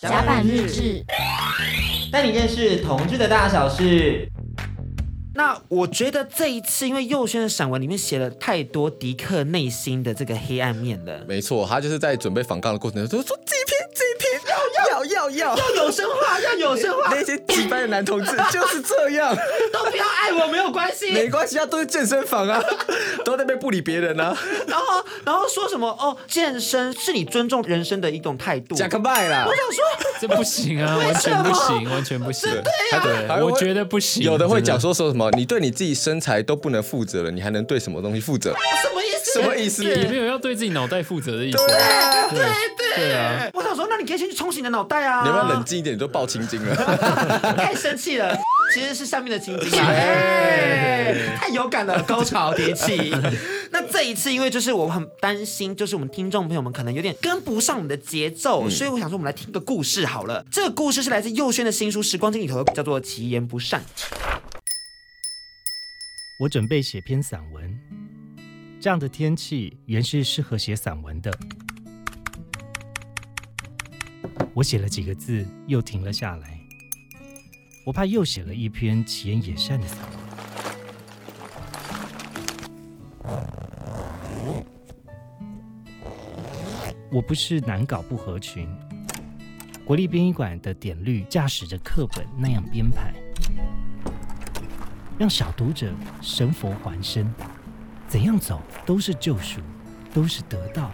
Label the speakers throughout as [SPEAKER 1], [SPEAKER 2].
[SPEAKER 1] 甲板日志，
[SPEAKER 2] 带你认识同志的大小事。
[SPEAKER 3] 那我觉得这一次，因为佑轩的散文里面写了太多迪克内心的这个黑暗面了，
[SPEAKER 4] 没错，他就是在准备反抗的过程中说说这篇这篇要要要要
[SPEAKER 3] 要有声化，要有声 化，
[SPEAKER 4] 那些鸡掰的男同志就是 这样，
[SPEAKER 3] 都不要爱我，没有关系。
[SPEAKER 4] 没关系，他都是健身房 啊，都在那边不理别人啊，
[SPEAKER 3] 然后，然后说什么哦，健身是你尊重人生的一种态度。
[SPEAKER 4] 讲个麦啦
[SPEAKER 3] 我。想说，
[SPEAKER 5] 这不行啊，完全不行，完全不行。
[SPEAKER 4] 还
[SPEAKER 5] 对，
[SPEAKER 4] 会
[SPEAKER 5] 我觉得不行。
[SPEAKER 4] 有的会讲
[SPEAKER 5] 真
[SPEAKER 4] 说说什么，你对你自己身材都不能负责了，你还能对什么东西负责？
[SPEAKER 3] 什么意思？
[SPEAKER 4] 什么意思？
[SPEAKER 5] 的也没有要对自己脑袋负责的意思。啊
[SPEAKER 4] 啊
[SPEAKER 5] 对对对啊，
[SPEAKER 3] 我想说，那你可以先去冲洗你的脑袋啊！
[SPEAKER 4] 你要不要冷静一点？你都爆青筋了。
[SPEAKER 3] 太生气 了，其实是上面的情景啊，哎太有感了，高潮迭 起。那这一次，因为就是我很担心，就是我们听众朋友们可能有点跟不上我们的节奏，所以我想说，我们来听个故事好了。这个故事是来自佑轩的新书《时光经》里头，叫做《其言不善》。
[SPEAKER 6] 我准备写篇散文。这样的天气原是适合写散文的。我写了几个字，又停了下来。我怕又写了一篇奇言野善的散文。我不是难搞不合群。国立殡仪馆的典律驾驶着课本那样编排，让小读者神佛还身。怎样走都是救赎，都是得到，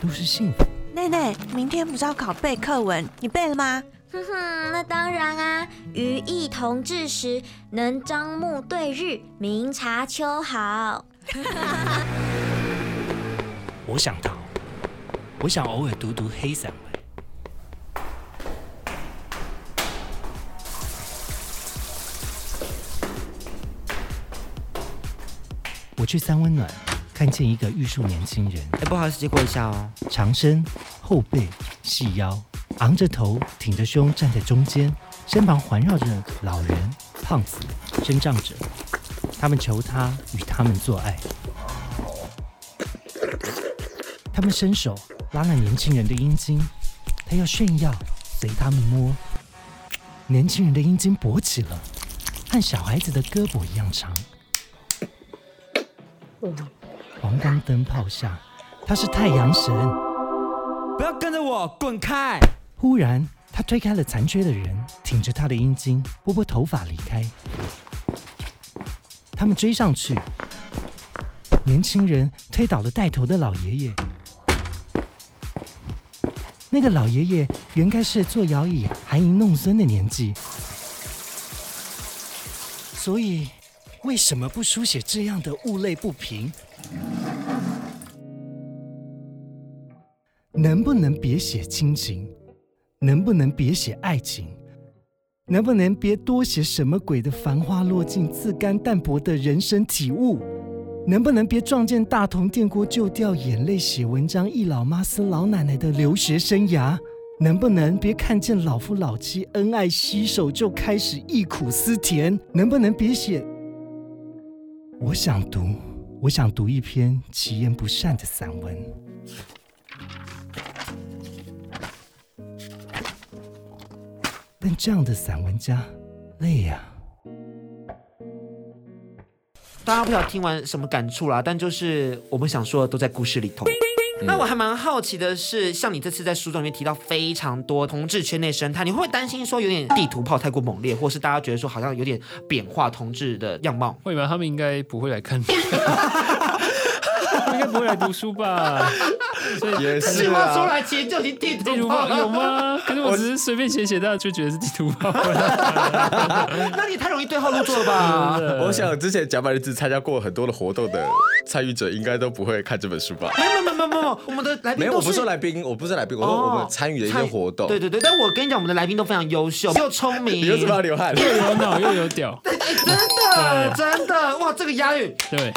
[SPEAKER 6] 都是幸福。
[SPEAKER 7] 内内，明天不是要考背课文，你背了吗？
[SPEAKER 1] 哼哼，那当然啊，于义同志时，能张目对日，明察秋毫。
[SPEAKER 6] 我想逃，我想偶尔读读黑散文。我去三温暖，看见一个玉树年轻人，
[SPEAKER 3] 哎，不好意思，借过一下哦。
[SPEAKER 6] 长身、后背、细腰，昂着头，挺着胸站在中间，身旁环绕着老人、胖子、身障者，他们求他与他们做爱。他们伸手拉了年轻人的阴茎，他要炫耀，随他们摸。年轻人的阴茎勃起了，和小孩子的胳膊一样长。黄光灯泡下，他是太阳神。
[SPEAKER 3] 不要跟着我，滚开！
[SPEAKER 6] 忽然，他推开了残缺的人，挺着他的阴茎，拨拨头发离开。他们追上去，年轻人推倒了带头的老爷爷。那个老爷爷原该是坐摇椅含饴弄孙的年纪，所以为什么不书写这样的物类不平？能不能别写亲情？能不能别写爱情？能不能别多写什么鬼的繁花落尽、自甘淡薄的人生体悟？能不能别撞见大同电锅就掉眼泪写文章一老妈撕老奶奶的留学生涯？能不能别看见老夫老妻恩爱携手就开始忆苦思甜？能不能别写？我想读，我想读一篇其言不善的散文。但这样的散文家累啊呀、
[SPEAKER 3] 大家不晓得听完什么感触啦，但就是我们想说的都在故事里头。那我还蛮好奇的是，像你这次在书中里面提到非常多同志圈内生态，你会不会担心说有点地图炮太过猛烈，或是大家觉得说好像有点贬化同志的样貌？
[SPEAKER 5] 会吗？他们应该不会来 看，他们应该不会来读书吧？所以
[SPEAKER 4] 也是
[SPEAKER 3] 计划出
[SPEAKER 4] 啊，
[SPEAKER 3] 来其实就已经地
[SPEAKER 5] 地
[SPEAKER 3] 图
[SPEAKER 5] 图
[SPEAKER 3] 炮
[SPEAKER 5] 炮有
[SPEAKER 3] 了，
[SPEAKER 5] 吗？可是我只是随便写写，大家就觉得是地图炮了。
[SPEAKER 3] 那你太容易对号入座了吧？
[SPEAKER 4] 我想之前甲板日志参加过很多的活动的参与者，应该都不会看这本书吧？
[SPEAKER 3] 没有没有没有没有没有，我们的来宾
[SPEAKER 4] 没有，
[SPEAKER 3] 都
[SPEAKER 4] 我
[SPEAKER 3] 是
[SPEAKER 4] 不是说来宾，我不是来宾，我说
[SPEAKER 3] 哦
[SPEAKER 4] 我们参与了一些
[SPEAKER 3] 参
[SPEAKER 4] 活动。
[SPEAKER 3] 对对对，但我跟你讲，我们的来宾都非常优秀，又聪明，
[SPEAKER 4] 你为什么要流汗？
[SPEAKER 5] 又有脑又有屌，
[SPEAKER 3] 真的真的，哇，这个押韵，
[SPEAKER 5] 对，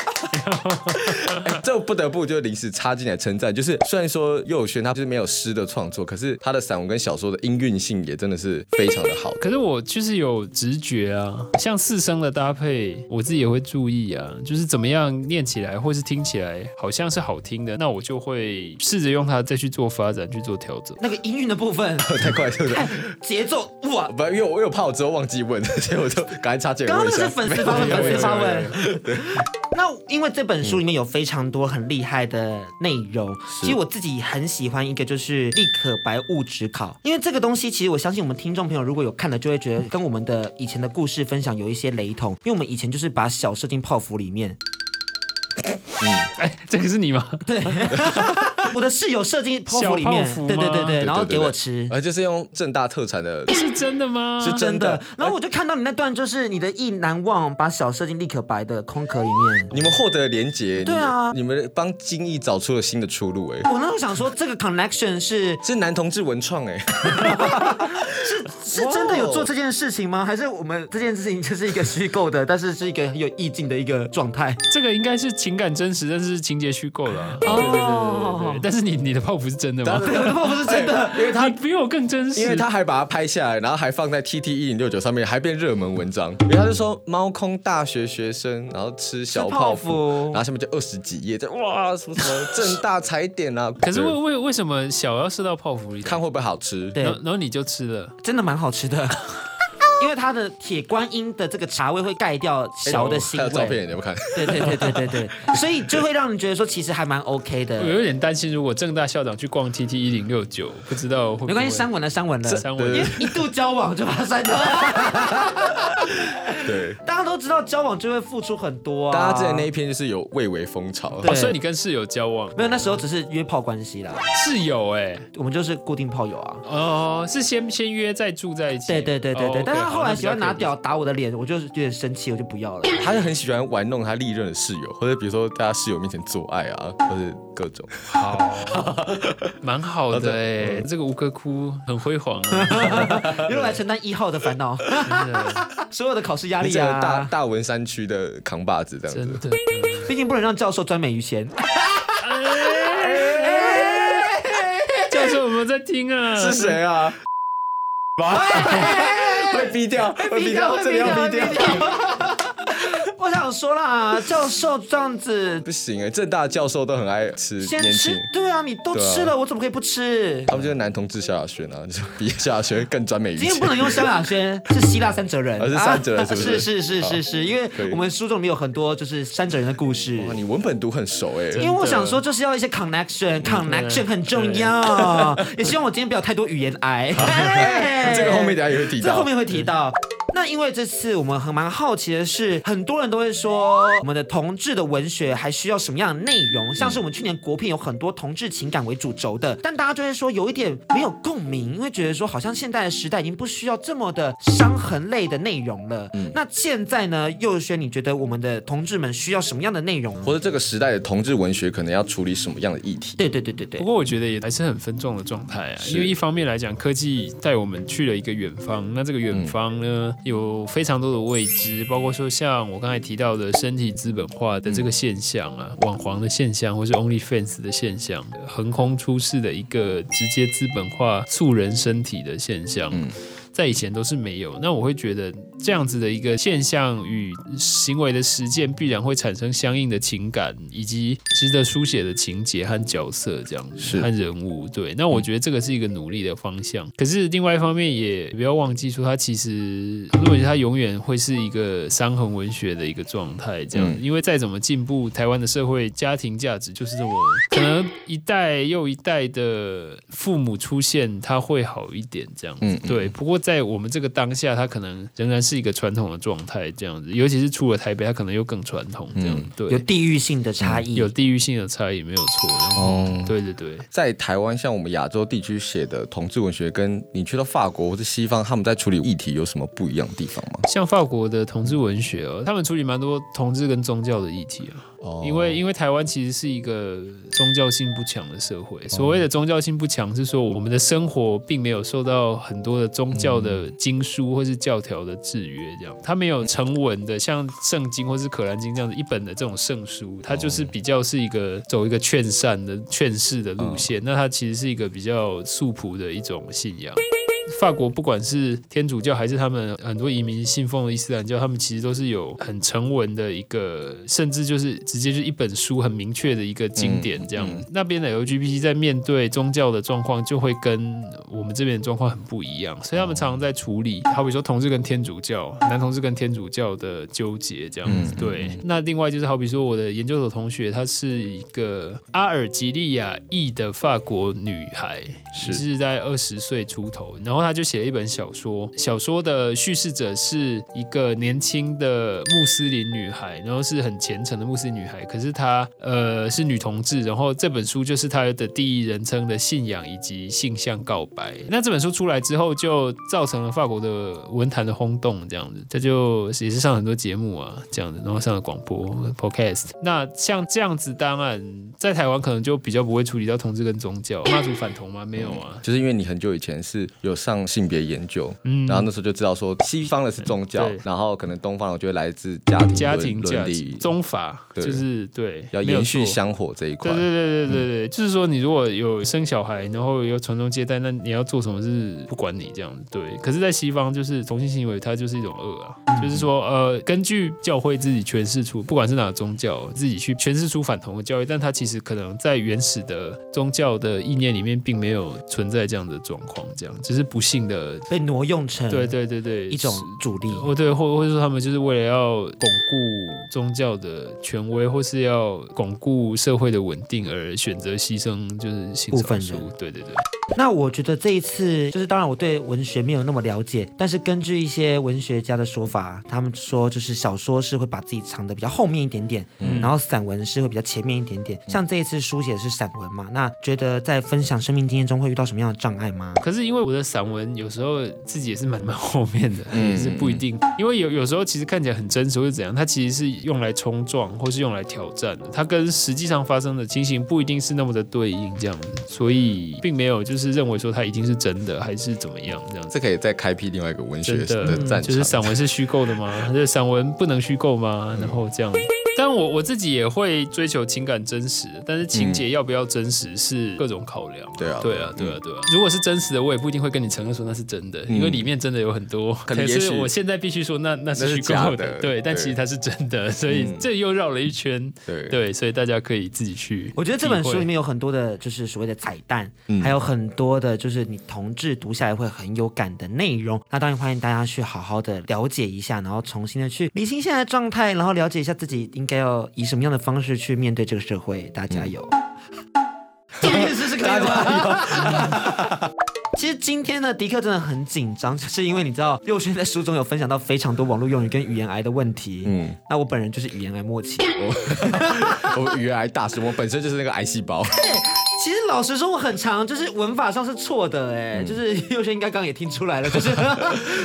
[SPEAKER 4] 这不得不就临时插进来称赞，就是虽然说佑轩他就是没有诗的创作，可是他的散文跟小说的音韵性也真的是非常的好。
[SPEAKER 5] 可是我就是有直觉啊，像四声的搭配，我自己也会注意啊，就是怎么样念起来或是听起来好像是好听的，那我就会试着用它再去做发展，去做调整。
[SPEAKER 3] 那个音韵的部分，
[SPEAKER 4] 太快是不是？
[SPEAKER 3] 节奏，哇，
[SPEAKER 4] 不，因为我有怕我之后忘记问， 所以我就赶快插进来
[SPEAKER 3] 刚刚
[SPEAKER 4] 问
[SPEAKER 3] 那个
[SPEAKER 4] 一下
[SPEAKER 3] 是。粉丝发问，
[SPEAKER 5] 没有
[SPEAKER 3] 粉
[SPEAKER 5] 没有
[SPEAKER 3] 丝发
[SPEAKER 5] 没有
[SPEAKER 3] 问。 那因为这本书里面有非常多很厉害的内容，其实我自己很喜欢一个就是立可白物质考，因为这个东西其实我相信我们听众朋友如果有看了，就会觉得跟我们的以前的故事分享有一些雷同，因为我们以前就是把小射进泡芙里面，
[SPEAKER 5] 哎，这个是你吗？
[SPEAKER 3] 我的室友射进泡芙里
[SPEAKER 5] 小
[SPEAKER 3] 面
[SPEAKER 5] 泡芙，吗
[SPEAKER 3] 对对对对，
[SPEAKER 4] 对
[SPEAKER 3] 然后
[SPEAKER 4] 对对
[SPEAKER 3] 给我
[SPEAKER 4] 对
[SPEAKER 3] 吃。
[SPEAKER 4] 呃，就是用正大特产的，
[SPEAKER 3] 嗯
[SPEAKER 5] 是真的吗？
[SPEAKER 4] 是真的。哎
[SPEAKER 3] 然后我就看到你那段，就是你的意难忘，把小射进立可白的空壳里面。
[SPEAKER 4] 你们获得了连结，
[SPEAKER 3] 对啊
[SPEAKER 4] 你们你们帮金逸找出了新的出路、哎，
[SPEAKER 3] 我那时候想说，这个 connection 是
[SPEAKER 4] 是男同志文创、哎，
[SPEAKER 3] 是真的有做这件事情吗？还是我们这件事情就是一个虚构的，但是是一个很有意境的一个状态？
[SPEAKER 5] 这个应该是情感真实，但是情节虚构了、啊。对对对对
[SPEAKER 3] 哦
[SPEAKER 5] 对对。但是你你的泡芙是真的吗？
[SPEAKER 3] 我的泡芙是真的，
[SPEAKER 4] 因为他
[SPEAKER 5] 你。比我更真实，
[SPEAKER 4] 因为他还把它拍下来，然后还放在 T T 一零六九上面，还变热门文章。因为他就说猫空大学学生，然后吃小泡
[SPEAKER 3] 吃泡芙
[SPEAKER 4] 芙，然后下面就二十几页，这哇什么什么正大踩点 啊。
[SPEAKER 5] 可是为
[SPEAKER 4] 对
[SPEAKER 5] 为为什么小要射到泡芙里？
[SPEAKER 4] 看会不会好吃？
[SPEAKER 3] 对
[SPEAKER 5] 然后然后你就吃了，
[SPEAKER 3] 真的蛮好吃的。因为它的铁观音的这个茶味会盖掉小的腥
[SPEAKER 4] 哎还有照片
[SPEAKER 3] 味，
[SPEAKER 4] 你有没 有看？
[SPEAKER 3] 对对对对对 对，所以就会让人觉得说其实还蛮 OK
[SPEAKER 5] 我
[SPEAKER 3] 的。
[SPEAKER 5] 有点担心，如果正大校长去逛 T T 一零六九，不知道会不会
[SPEAKER 3] 没关系，删文了，删文了，
[SPEAKER 5] 三
[SPEAKER 4] 对
[SPEAKER 5] 文。
[SPEAKER 3] 一度交往就把它 删掉了。
[SPEAKER 4] 对，
[SPEAKER 3] 大家都知道交往就会付出很多啊。
[SPEAKER 4] 大家之前那一篇就是有蔚为风潮，
[SPEAKER 5] 哦，所以你跟室友交往？
[SPEAKER 3] 没有那时候只是约炮关系啦，
[SPEAKER 5] 室友哎、
[SPEAKER 3] 我们就是固定炮友啊。
[SPEAKER 5] 哦，是先先约再住在一起。
[SPEAKER 3] 对对对对对，
[SPEAKER 5] 哦
[SPEAKER 3] 但是他
[SPEAKER 5] OK，
[SPEAKER 3] 后来
[SPEAKER 5] 好
[SPEAKER 3] 喜欢拿。
[SPEAKER 5] 那比较可以理解
[SPEAKER 3] 屌打我的脸，我就是有点生气，我就不要了。
[SPEAKER 4] 他就很喜欢玩弄他历任的室友，或者比如说在他室友面前做爱啊，或者各种。
[SPEAKER 5] 蛮好的哎、这个吴哥窟很辉煌、啊，
[SPEAKER 3] 又来承担一号的烦恼， 所有的考试压力
[SPEAKER 4] 这个大
[SPEAKER 3] 啊，
[SPEAKER 4] 大文山区的扛把子这样
[SPEAKER 5] 真
[SPEAKER 4] 子，
[SPEAKER 5] 的。
[SPEAKER 3] 毕竟不能让教授专美于前。
[SPEAKER 5] 教授有没有在听 啊？
[SPEAKER 4] 是谁啊？哎 会逼掉，哎会逼掉，这里要逼掉。
[SPEAKER 3] 我想说啦，教授这样 子
[SPEAKER 4] 不行哎、正大教授都很爱吃
[SPEAKER 3] 先
[SPEAKER 4] 年
[SPEAKER 3] 吃
[SPEAKER 4] 轻，，
[SPEAKER 3] 对啊，你都吃了，我怎么可以不吃？
[SPEAKER 4] 他们就是男同志萧亚轩啊，就是比萧亚轩更专美于
[SPEAKER 3] 今天
[SPEAKER 4] 前
[SPEAKER 3] 不。能用萧亚轩，是希腊三哲 人，
[SPEAKER 4] 啊是三哲人是不
[SPEAKER 3] 是？是
[SPEAKER 4] 是
[SPEAKER 3] 是是是，因为
[SPEAKER 4] 可以
[SPEAKER 3] 我们书中里面有很多就是三哲人的故事。
[SPEAKER 4] 哇，你文本读很熟哎、
[SPEAKER 3] 因为我想说，就是要一些嗯 connection，connection 很重要。也希望我今天不要太多语言癌。哎
[SPEAKER 4] 这个后面等一下也会提
[SPEAKER 3] 这后
[SPEAKER 4] 到。
[SPEAKER 3] 面会提到。那因为这次我们很蛮好奇的是，很多人都会说嗯我们的同志的文学还需要什么样的内容？像是我们去年国片有很多同志情感为主轴的，但大家就会说有一点没有共鸣，因为觉得说好像现在的时代已经不需要这么的伤痕类的内容了。那现在呢，佑轩，你觉得我们的同志们需要什么样的内容呢？
[SPEAKER 4] 或者这个时代的同志文学可能要处理什么样的议题？
[SPEAKER 3] 对对对对对
[SPEAKER 5] 不，过我觉得也还是很分众的状态啊，因为一方面来讲，科技带我们去了一个远方，那这个远方呢，有非常多的未知，包括说像我刚才提到的身体资本化的这个现象啊，网黄的现象，或是 OnlyFans 的现象，横空出世的一个直接资本化素人身体的现象。在以前都是没有，那我会觉得这样子的一个现象与行为的实践必然会产生相应的情感，以及值得书写的情节和角色这样子
[SPEAKER 4] 是嗯
[SPEAKER 5] 和人物。对，那我觉得这个是一个努力的方向。可是另外一方面也不要忘记说，它其实如果它永远会是一个伤痕文学的一个状态这样
[SPEAKER 4] 嗯
[SPEAKER 5] 子，因为再怎么进步，台湾的社会家庭价值就是这么，可能一代又一代的父母出现，他会好一点这样子。
[SPEAKER 4] 嗯嗯
[SPEAKER 5] 对，不过在我们这个当下，它可能仍然是一个传统的状态这样子，尤其是出了台北，它可能又更传统这样。
[SPEAKER 4] 嗯
[SPEAKER 5] 对，嗯
[SPEAKER 3] 有地域性的差异，
[SPEAKER 5] 有地域性的差异没有错。然后
[SPEAKER 4] 哦
[SPEAKER 5] 对对对，
[SPEAKER 4] 在台湾，像我们亚洲地区写的同志文学，跟你去到法国或是西方，他们在处理议题有什么不一样的地方吗？
[SPEAKER 5] 像法国的同志文学哦，他们处理蛮多同志跟宗教的议题啊。
[SPEAKER 4] 哦
[SPEAKER 5] 因为因为台湾其实是一个宗教性不强的社会。所谓的宗教性不强，是说我们的生活并没有受到很多的宗教的经书或是教条的制约，这样它没有成文的像圣经或是可兰经这样子一本的这种圣书，它就是比较是一个走一个劝善的劝世的路线。那它其实是一个比较素朴的一种信仰。法国不管是天主教还是他们很多移民信奉的伊斯兰教，他们其实都是有很成文的一个，甚至就是直接就一本书很明确的一个经典这样。那边的 LGBT 在面对宗教的状况，就会跟我们这边的状况很不一样，所以他们常常在处理，好比说同志跟天主教、男同志跟天主教的纠结这样子。对，那另外就是好比说我的研究所同学，她是一个阿尔及利亚裔的法国女孩，
[SPEAKER 4] 是
[SPEAKER 5] 是在二十岁出头，然后他就写了一本小说，小说的叙事者是一个年轻的穆斯林女孩，然后是很虔诚的穆斯林女孩，可是她呃是女同志，然后这本书就是她的第一人称的信仰以及性向告白。那这本书出来之后，就造成了法国的文坛的轰动，这样子，这就也是上很多节目啊，这样子，然后上了广播 podcast。那像这样子，当然在台湾可能就比较不会处理到同志跟宗教，妈祖反同吗？没有啊，
[SPEAKER 4] 就是因为你很久以前是有上性别研究，
[SPEAKER 5] 嗯
[SPEAKER 4] 然后那时候就知道说西方的是宗教
[SPEAKER 5] 对，
[SPEAKER 4] 然后可能东方的就会来自家庭
[SPEAKER 5] 家
[SPEAKER 4] 伦
[SPEAKER 5] 庭价
[SPEAKER 4] 伦
[SPEAKER 5] 值
[SPEAKER 4] 理、
[SPEAKER 5] 宗法，
[SPEAKER 4] 对
[SPEAKER 5] 就是对，
[SPEAKER 4] 要
[SPEAKER 5] 没有
[SPEAKER 4] 延续
[SPEAKER 5] 错
[SPEAKER 4] 香火这一块
[SPEAKER 5] 对。对对对对对，就是说你如果有生小孩，然后有传宗接代，那你要做什么是不管你这样子。对，可是，在西方就是同性行为，它就是一种恶啊，就是说呃，根据教会自己诠释出，不管是哪个宗教，自己去诠释出反同的教育，但它其实可能在原始的宗教的意念里面，并没有存在这样的状况，这样只是不幸的。
[SPEAKER 3] 被挪用成
[SPEAKER 5] 对对对对，
[SPEAKER 3] 一种主力。
[SPEAKER 5] 哦，对，或或者说他们就是为了要巩固宗教的权威，或是要巩固社会的稳定而选择牺牲，就是性
[SPEAKER 3] 部
[SPEAKER 5] 少
[SPEAKER 3] 分
[SPEAKER 5] 数
[SPEAKER 3] 人。
[SPEAKER 5] 对对对，
[SPEAKER 3] 那我觉得这一次就是，当然我对文学没有那么了解，但是根据一些文学家的说法，他们说就是小说是会把自己藏的比较后面一点点，
[SPEAKER 5] 嗯
[SPEAKER 3] 然后散文是会比较前面一点点。像这一次书写的是散文嘛，那觉得在分享生命经验中会遇到什么样的障碍吗？
[SPEAKER 5] 可是因为我的散文有时候自己也是蛮蛮后面的，
[SPEAKER 3] 嗯
[SPEAKER 5] 也是不一定，因为有有时候其实看起来很真实或是怎样，它其实是用来冲撞或是用来挑战的，它跟实际上发生的情形不一定是那么的对应这样子，所以并没有就是认为说它一定是真的还是怎么样这样子。
[SPEAKER 4] 这可以再开辟另外一个文学
[SPEAKER 5] 真的嗯
[SPEAKER 4] 的战场，
[SPEAKER 5] 就是散文是虚构的吗？ 就是散文不能虚构吗？
[SPEAKER 4] 嗯
[SPEAKER 5] 然后这样。但我我自己也会追求情感真实，但是情节要不要真实是各种考量。
[SPEAKER 4] 嗯对啊
[SPEAKER 5] 对啊，对啊，对啊。如果是真实的，我也不一定会跟你承认说那是真的，因为里面真的有很多。
[SPEAKER 4] 嗯可能也
[SPEAKER 5] 是
[SPEAKER 4] 许
[SPEAKER 5] 我现在必须说那那
[SPEAKER 4] 那是
[SPEAKER 5] 是虚
[SPEAKER 4] 假
[SPEAKER 5] 构
[SPEAKER 4] 的
[SPEAKER 5] 对，但
[SPEAKER 4] 对
[SPEAKER 5] 其实它是真的，所以
[SPEAKER 4] 嗯
[SPEAKER 5] 这又绕了一圈。
[SPEAKER 4] 对
[SPEAKER 5] 对，所以大家可以自己去。
[SPEAKER 3] 我觉得这本书里面有很多的，就是所谓的彩蛋，还有很多的，就是你同志读下来会很有感的内容。那当然欢迎大家去好好的了解一下，然后重新的去理清现在的状态，然后了解一下自己应该要以什么样的方式去面对这个社会。大家有。 这件事是可以吗？ 其实今天呢，迪克真的很紧张，就是因为你知道，六轩在书中有分享到非常多网络用语跟语言癌的问题。嗯
[SPEAKER 4] 嗯，
[SPEAKER 3] 那我本人就是语言癌末期。
[SPEAKER 4] 我原来大师，我本身就是那个癌细 胞。
[SPEAKER 3] 其实老实说，我很长，就是文法上是错的，哎、就是佑轩应该刚刚也听出来了，就是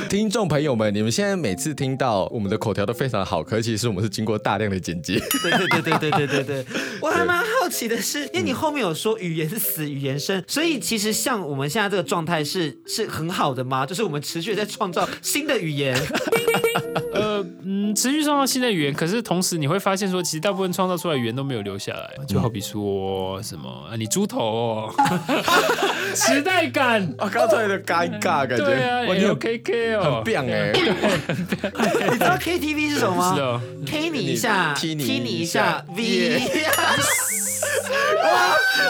[SPEAKER 4] 听众朋友们，你们现在每次听到我们的口条都非常好，可是其实我们是经过大量的剪 辑。
[SPEAKER 3] 对对对对对对对对。我还蛮好奇的是，因为你后面有说语言死语言生，所以其实像我们现在这个状态是是很好的吗？就是我们持续地在创造新的语言，
[SPEAKER 5] 呃，嗯，持续创造新的语言，可是同时你会发现说，其实大部分创造出来的语言都没有留下来，
[SPEAKER 4] 嗯
[SPEAKER 5] 就好比说什么啊，你猪头、哦， 时代感，
[SPEAKER 4] 啊，刚才有点尴尬，感觉
[SPEAKER 5] 对啊
[SPEAKER 4] 哇你很
[SPEAKER 5] ，LKK 哦，
[SPEAKER 4] 很棒 哎，
[SPEAKER 3] 你知道 KTV 是什么
[SPEAKER 5] 是
[SPEAKER 3] 吗
[SPEAKER 5] 哦，
[SPEAKER 3] ？K 你一下，
[SPEAKER 4] 踢你
[SPEAKER 3] 踢你一
[SPEAKER 4] 一
[SPEAKER 3] 下
[SPEAKER 4] 下
[SPEAKER 3] ，V。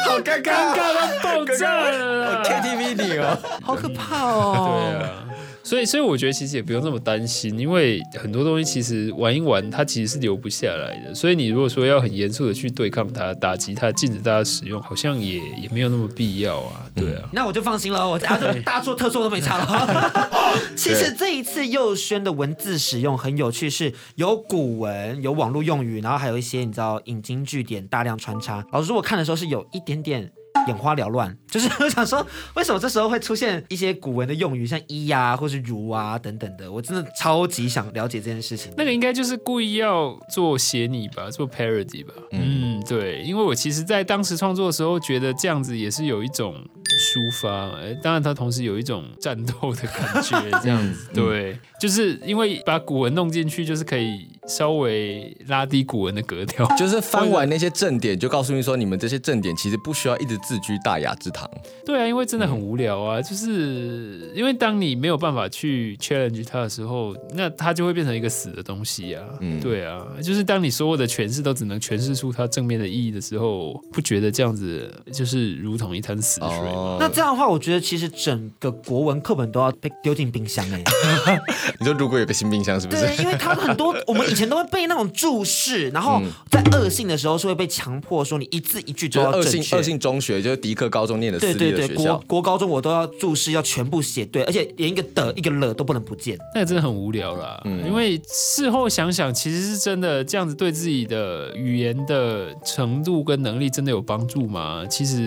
[SPEAKER 4] 好尴
[SPEAKER 5] 尴
[SPEAKER 4] 尬啊
[SPEAKER 5] 尬啊到爆炸了啦。啊
[SPEAKER 4] ，KTV 你哦，
[SPEAKER 3] 好可怕哦！
[SPEAKER 5] 对啊。所以，所以我觉得其实也不用那么担心，因为很多东西其实玩一玩，它其实是留不下来的。所以你如果说要很严肃的去对抗它、打击它、禁止大家使用，好像也也没有那么必要啊。对啊，
[SPEAKER 3] 那我就放心了，我大做大做特做都没差了。 其实这一次佑轩的文字使用很有趣，是有古文，有网络用语，然后还有一些你知道引经据典大量穿插。老师，我看的时候是有一点点眼花缭乱，就是我想说，为什么这时候会出现一些古文的用语，像“一”呀，或是“如”啊等等的，我真的超级想了解这件事情。
[SPEAKER 5] 那个应该就是故意要做写你吧，做 parody 吧。嗯，对，因为我其实，在当时创作的时候，觉得这样子也是有一种抒发，呃当然它同时有一种战斗的感觉， 这样子。对，就是因为把古文弄进去，就是可以稍微拉低古文的格调。
[SPEAKER 4] 就是翻完那些正点，就告诉你说，你们这些正点其实不需要一直自居大雅之堂。
[SPEAKER 5] 对啊，因为真的很无聊啊，就是因为当你没有办法去 challenge 它的时候，那它就会变成一个死的东西啊。
[SPEAKER 4] 嗯
[SPEAKER 5] 对啊，就是当你所有的诠释都只能诠释出它正面的意义的时候，不觉得这样子就是如同一滩死
[SPEAKER 4] 哦
[SPEAKER 5] 水吗？
[SPEAKER 3] 那这样的话，我觉得其实整个国文课本都要被丢进冰箱哎、
[SPEAKER 4] 你说如果有个新冰箱，是 不是？
[SPEAKER 3] 对，因为它很多我们以前都会背那种注释，然
[SPEAKER 4] 嗯
[SPEAKER 3] 后在恶性的时候是会被强迫说你一字一句都
[SPEAKER 4] 就是
[SPEAKER 3] 要
[SPEAKER 4] 恶
[SPEAKER 3] 正
[SPEAKER 4] 性
[SPEAKER 3] 确
[SPEAKER 4] 恶。性中学，就是迪克高中念的私
[SPEAKER 3] 对
[SPEAKER 4] 立
[SPEAKER 3] 对
[SPEAKER 4] 的
[SPEAKER 3] 对，
[SPEAKER 4] 学
[SPEAKER 3] 国
[SPEAKER 4] 校，
[SPEAKER 3] 国高中我都要注释要全部写对，而且连一个的一个了都不能不见。
[SPEAKER 5] 那个真的很无聊啦，因为事后想想，其实是真的这样子对自己的语言的程度跟能力真的有帮助吗？其实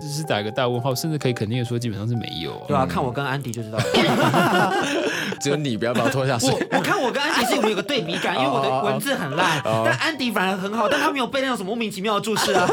[SPEAKER 5] 就是打一个大问号，甚至可以肯定的说，基本上是没有、啊。
[SPEAKER 3] 对
[SPEAKER 4] 嗯
[SPEAKER 3] 啊，看我跟安迪就知道了。
[SPEAKER 4] 只有你不要把我拖下水。
[SPEAKER 3] 我我看我跟安迪是我有个对比感，因为我的文字很
[SPEAKER 4] 哦
[SPEAKER 3] 烂，但安迪反而很好，但他没有背那种什么莫名其妙的注释啊。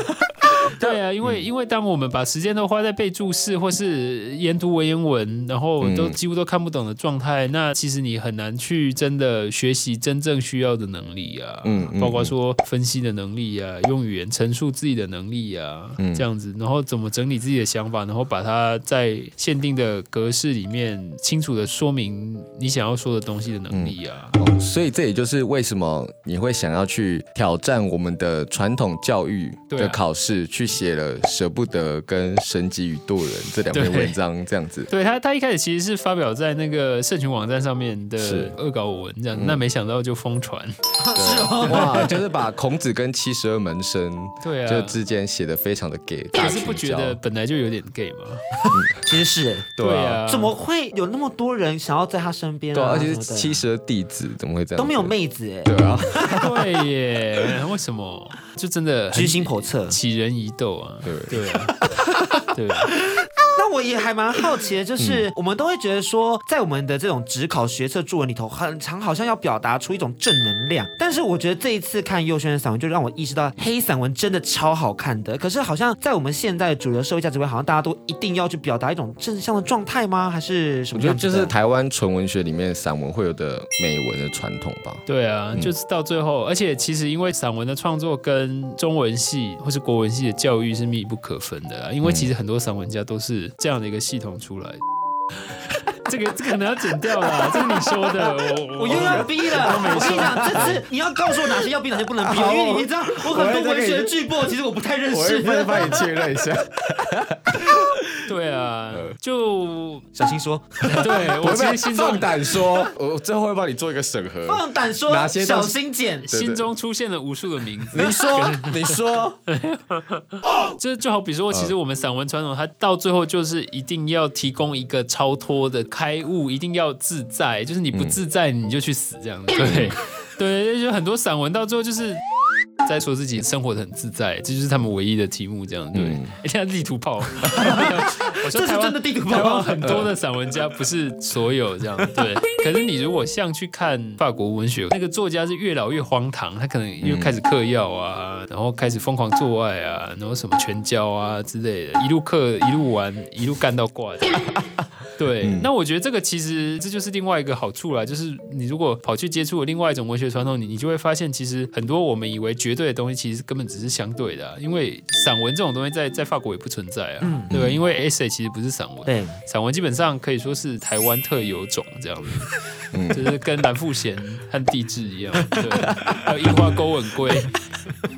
[SPEAKER 5] 对啊，因
[SPEAKER 4] 嗯
[SPEAKER 5] 为、因为当我们把时间都花在背注释或是研读文言文，然后都
[SPEAKER 4] 嗯
[SPEAKER 5] 几乎都看不懂的状态，那其实你很难去真的学习真正需要的能力啊，
[SPEAKER 4] 嗯嗯
[SPEAKER 5] 包括说分析的能力啊，用语言陈述自己的能力啊，
[SPEAKER 4] 嗯
[SPEAKER 5] 这样子，然后怎么整理自己的想法，然后把它在限定的格式里面清楚的说明你想要说的东西的能力啊，
[SPEAKER 4] 所以这也就是为什么你会想要去挑战我们的传统教育
[SPEAKER 5] 对
[SPEAKER 4] 的
[SPEAKER 5] 啊
[SPEAKER 4] 考试，去写了《舍不得》跟《神级与渡人》这两篇
[SPEAKER 5] 对
[SPEAKER 4] 文章，这样子。
[SPEAKER 5] 对他，他一开始其实是发表在那个社群网站上面的
[SPEAKER 4] 是嗯
[SPEAKER 5] 恶搞文这样，那没想到就疯传。
[SPEAKER 4] 哇，就是把孔子跟七十二门生
[SPEAKER 5] 对啊，
[SPEAKER 4] 就之间写的非常的 gay，
[SPEAKER 5] 但
[SPEAKER 4] 大
[SPEAKER 5] 是不
[SPEAKER 4] 群交
[SPEAKER 5] 觉得本来就有点 gay 吗？
[SPEAKER 3] 其实 是欸
[SPEAKER 4] 对啊，
[SPEAKER 5] 啊，
[SPEAKER 3] 怎么会有那么多人想要在他身边
[SPEAKER 4] 对啊，
[SPEAKER 3] 啊？
[SPEAKER 4] 而且是
[SPEAKER 3] 什么的
[SPEAKER 4] 七十二弟子，怎么会这样？
[SPEAKER 3] 都没有，妹子哎，
[SPEAKER 4] 对啊，
[SPEAKER 5] 对耶？ 为什么？就真的很
[SPEAKER 3] 居心叵测。
[SPEAKER 5] 起人疑窦啊！
[SPEAKER 4] 对
[SPEAKER 5] 对啊， 对啊，
[SPEAKER 3] 那我也还蛮好奇的，就是嗯我们都会觉得说，在我们的这种职考学测作文里头，很常好像要表达出一种正能量。但是我觉得这一次看佑轩的散文，就让我意识到黑散文真的超好看的。可是好像在我们现在主流社会价值观，好像大家都一定要去表达一种正向的状态吗？还是什
[SPEAKER 4] 我
[SPEAKER 3] 么
[SPEAKER 4] 觉得
[SPEAKER 3] 样子
[SPEAKER 4] 就
[SPEAKER 3] 的？
[SPEAKER 4] 是台湾纯文学里面散文会有的美文的传统吧。
[SPEAKER 5] 对啊，就是到最后，而且其实因为散文的创作跟中文系或是国文系的教育是密不可分的啊，因为其实很多散文家都是这样的一个系统出来的。这个这个可能要剪掉啦，这是你说的，我
[SPEAKER 3] 我又要逼了，我跟你讲，这次你要告诉我哪些要逼，哪些不能逼，因为你知道我很多文学巨擘，其实我不太认识。
[SPEAKER 4] 帮你确认一 下，
[SPEAKER 5] 对啊，就
[SPEAKER 3] 小心说，
[SPEAKER 5] 对我其实心中
[SPEAKER 4] 放胆说，我最后会帮你做一个审核。
[SPEAKER 3] 放胆说
[SPEAKER 4] 哪，些
[SPEAKER 3] 小
[SPEAKER 4] 东西
[SPEAKER 3] 心剪。
[SPEAKER 4] 对
[SPEAKER 5] 心中出现了无数的名字。
[SPEAKER 4] 你说，你 说，
[SPEAKER 5] 这就好比说，其实我们散文传统，它到最后就是一定要提供一个超脱的开悟，一定要自在，就是你不自在你就去死这样子。 对，对，就很多散文到最后就是。在说自己生活的很自在，这就是他们唯一的题目，这样对。
[SPEAKER 4] 嗯
[SPEAKER 5] 人家地 图炮，我说
[SPEAKER 3] 这是
[SPEAKER 5] 台湾
[SPEAKER 3] 真的地图炮
[SPEAKER 5] 台湾很多的散文家不是所有这样 对。可是你如果像去看法国文学，那个作家是越老越荒唐，他可能又开始嗑药啊，然后开始疯狂做爱啊，然后什么拳交啊之类的，一路嗑一路玩，一路干到挂这样。对，
[SPEAKER 4] 嗯
[SPEAKER 5] 那我觉得这个其实这就是另外一个好处啦，就是你如果跑去接触另外一种文学传统，你你就会发现，其实很多我们以为绝对的东西，其实根本只是相对的啊、因为散文这种东西在在法国也不存在啊，
[SPEAKER 4] 嗯
[SPEAKER 5] 对吧？因为 essay 其实不是散文，
[SPEAKER 3] 对，
[SPEAKER 5] 散文基本上可以说是台湾特有种这样子，
[SPEAKER 4] 嗯
[SPEAKER 5] 就是跟蓝富贤和地质一样，对，还有樱花勾吻龟，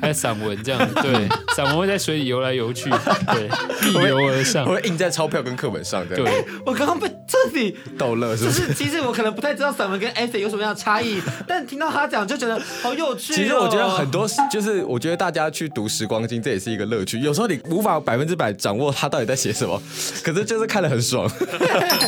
[SPEAKER 5] 还有散文这样子， 对，散文会在水里游来游去，对，逆流而上
[SPEAKER 4] 我。会印在钞票跟课本上，这样
[SPEAKER 5] 对，
[SPEAKER 3] 我刚刚被这里
[SPEAKER 4] 逗乐是
[SPEAKER 3] 就
[SPEAKER 4] 不是？
[SPEAKER 3] 是其实我可能不太知道散文跟 essay 有什么样的差异，但听到他讲就觉得好有趣、哦。
[SPEAKER 4] 其实我觉得很多，就是我觉得大家去读《时光经》，这也是一个乐趣。有时候你无法百分之百掌握他到底在写什么，可是就是看得很爽。
[SPEAKER 3] 就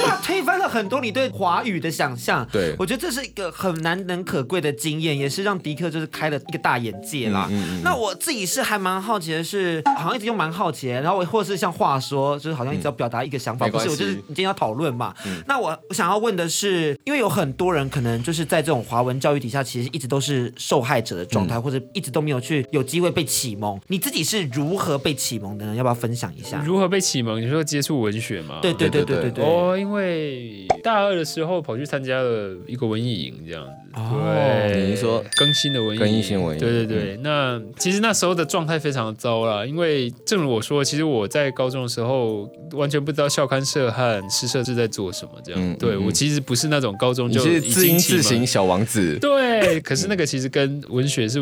[SPEAKER 3] 是他推翻了很多你对华语的想象。
[SPEAKER 4] 对
[SPEAKER 3] 我觉得这是一个很难能可贵的经验，也是让迪克就是开了一个大眼界啦。
[SPEAKER 4] 嗯嗯嗯
[SPEAKER 3] 那我自己是还蛮好奇的是，好像一直用蛮好奇的，然后我或者是像话说，就是好像一直要表达一个想法，
[SPEAKER 4] 嗯没
[SPEAKER 3] 不
[SPEAKER 4] 关
[SPEAKER 3] 是
[SPEAKER 4] 系嗯
[SPEAKER 3] 我就是你今天要讨论嘛。那我我想要问的是，因为有很多人可能就是在这种华文教育底下，其实一直都是受害者的
[SPEAKER 4] 嗯
[SPEAKER 3] 状态，或者一直都没有去有机会被启蒙。你自己是如何被启蒙的呢？要不要分享一下？
[SPEAKER 5] 如何被启蒙？你说接触文学吗？
[SPEAKER 3] 对对对
[SPEAKER 4] 对
[SPEAKER 3] 对对对。
[SPEAKER 4] 对
[SPEAKER 5] 哦，因为大二的时候跑去参加了一个文艺营，这样子。
[SPEAKER 3] 哦
[SPEAKER 5] 对，
[SPEAKER 4] 你是说
[SPEAKER 5] 更新的文艺营？
[SPEAKER 4] 更新嗯文艺营
[SPEAKER 5] 对对对。那其实那时候的状态非常的糟啦，因为正如我说，其实我在高中的时候完全不知道校刊社和诗社是在做什么，这样。
[SPEAKER 4] 嗯
[SPEAKER 5] 对
[SPEAKER 4] 嗯嗯
[SPEAKER 5] 我其实不是那种高中
[SPEAKER 4] 你
[SPEAKER 5] 就是已
[SPEAKER 4] 自音
[SPEAKER 5] 经启
[SPEAKER 4] 自
[SPEAKER 5] 蒙
[SPEAKER 4] 行小王 子，
[SPEAKER 5] 对，可是那个其实跟文学是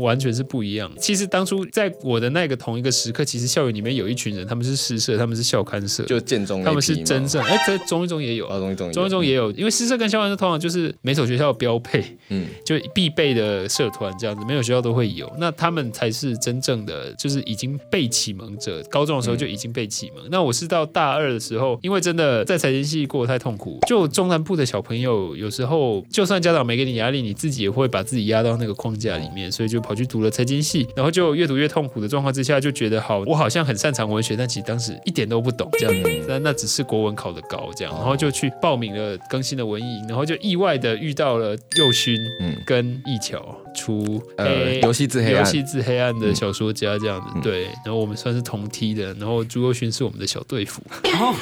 [SPEAKER 5] 完全是不一样的。其实当初在我的那个同一个时刻，其实校园里面有一群人，他们是诗社，他们是校刊社，
[SPEAKER 4] 就建中那
[SPEAKER 5] 他
[SPEAKER 4] 批
[SPEAKER 5] 们是
[SPEAKER 4] 嘛
[SPEAKER 5] 真正哎，这中一中也有。
[SPEAKER 4] 哦，中一中
[SPEAKER 5] 中一中也有，因为诗社跟校刊社通常就是每所学校的标配，
[SPEAKER 4] 嗯
[SPEAKER 5] 就必备的社团这样子，每所学校都会有。那他们才是真正的，就是已经被启蒙者。高中的时候就已经被启蒙。那我是到大二的时候，因为真的在财经系过得太痛苦，就中南部的小朋友有时候，就算家长没给你压力，你自己也会把自己压到那个框架里
[SPEAKER 4] 嗯
[SPEAKER 5] 面，所以就跑去读了财经系，然后就越读越痛苦的状况之下，就觉得好，我好像很擅长文学，但其实当时一点都不懂这样子。
[SPEAKER 4] 嗯
[SPEAKER 5] 那那只是国文考得高这样，
[SPEAKER 4] 哦
[SPEAKER 5] 然后就去报名了更新的文艺，然后就意外的遇到了右勋
[SPEAKER 4] 嗯
[SPEAKER 5] 跟易桥出
[SPEAKER 4] 呃
[SPEAKER 5] 黑
[SPEAKER 4] 游戏自黑
[SPEAKER 5] 游
[SPEAKER 4] 暗，
[SPEAKER 5] 戏自黑暗的小说家这样子，对，然后我们算是同梯的，然后朱佑勋是我们的小队 服，对
[SPEAKER 3] 哦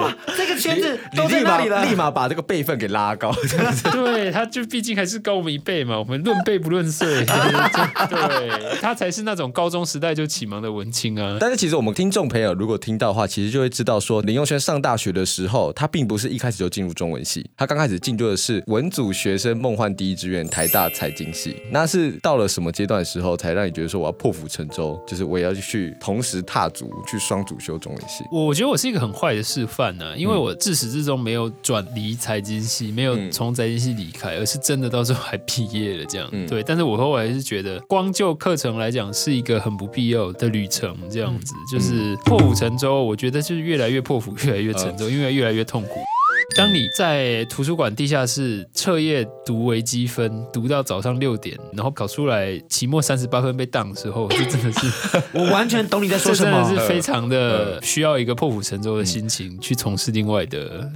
[SPEAKER 3] 哇，这个圈子
[SPEAKER 4] 你
[SPEAKER 3] 都在
[SPEAKER 4] 立
[SPEAKER 3] 那里
[SPEAKER 4] 马
[SPEAKER 3] 了
[SPEAKER 4] 立。马把这个辈分给拉 高，这样子
[SPEAKER 5] 对，他就毕竟还是高我们一辈嘛，我们论辈不 论岁，对，他才是那种高中时代就启蒙的文青啊，
[SPEAKER 4] 但是其实我们听众朋友如果听到的话，其实就会知道说，林佑轩上大学的时候，他并不是一开始就进入中文系，他刚开始进入的是文组学生梦幻第一志愿台大财经系。那是到了什么阶段的时候，才让你觉得说我要破釜沉舟，就是我也要去同时踏足去双主修中 文系？
[SPEAKER 5] 我觉得我是一个很坏的示范呢、因为我自始至终没有转离财经系，没有从财经系离开，而是真的到最后还毕业了这样。对，但是我后来是觉得，光就课程来讲，是一个很不必要的旅程，这样子、就是破釜沉舟。我觉得就是越来越破釜，越来越沉舟，因为越来越痛苦。当你在图书馆地下室彻夜读微积分，读到早上六点，然后考出来期末三十八分被当的时候，这真的是
[SPEAKER 3] 我完全懂你在说
[SPEAKER 5] 这
[SPEAKER 3] 什
[SPEAKER 5] 真的
[SPEAKER 3] 么。
[SPEAKER 5] 是非常的需要一个破釜沉舟的心情去从事另外的、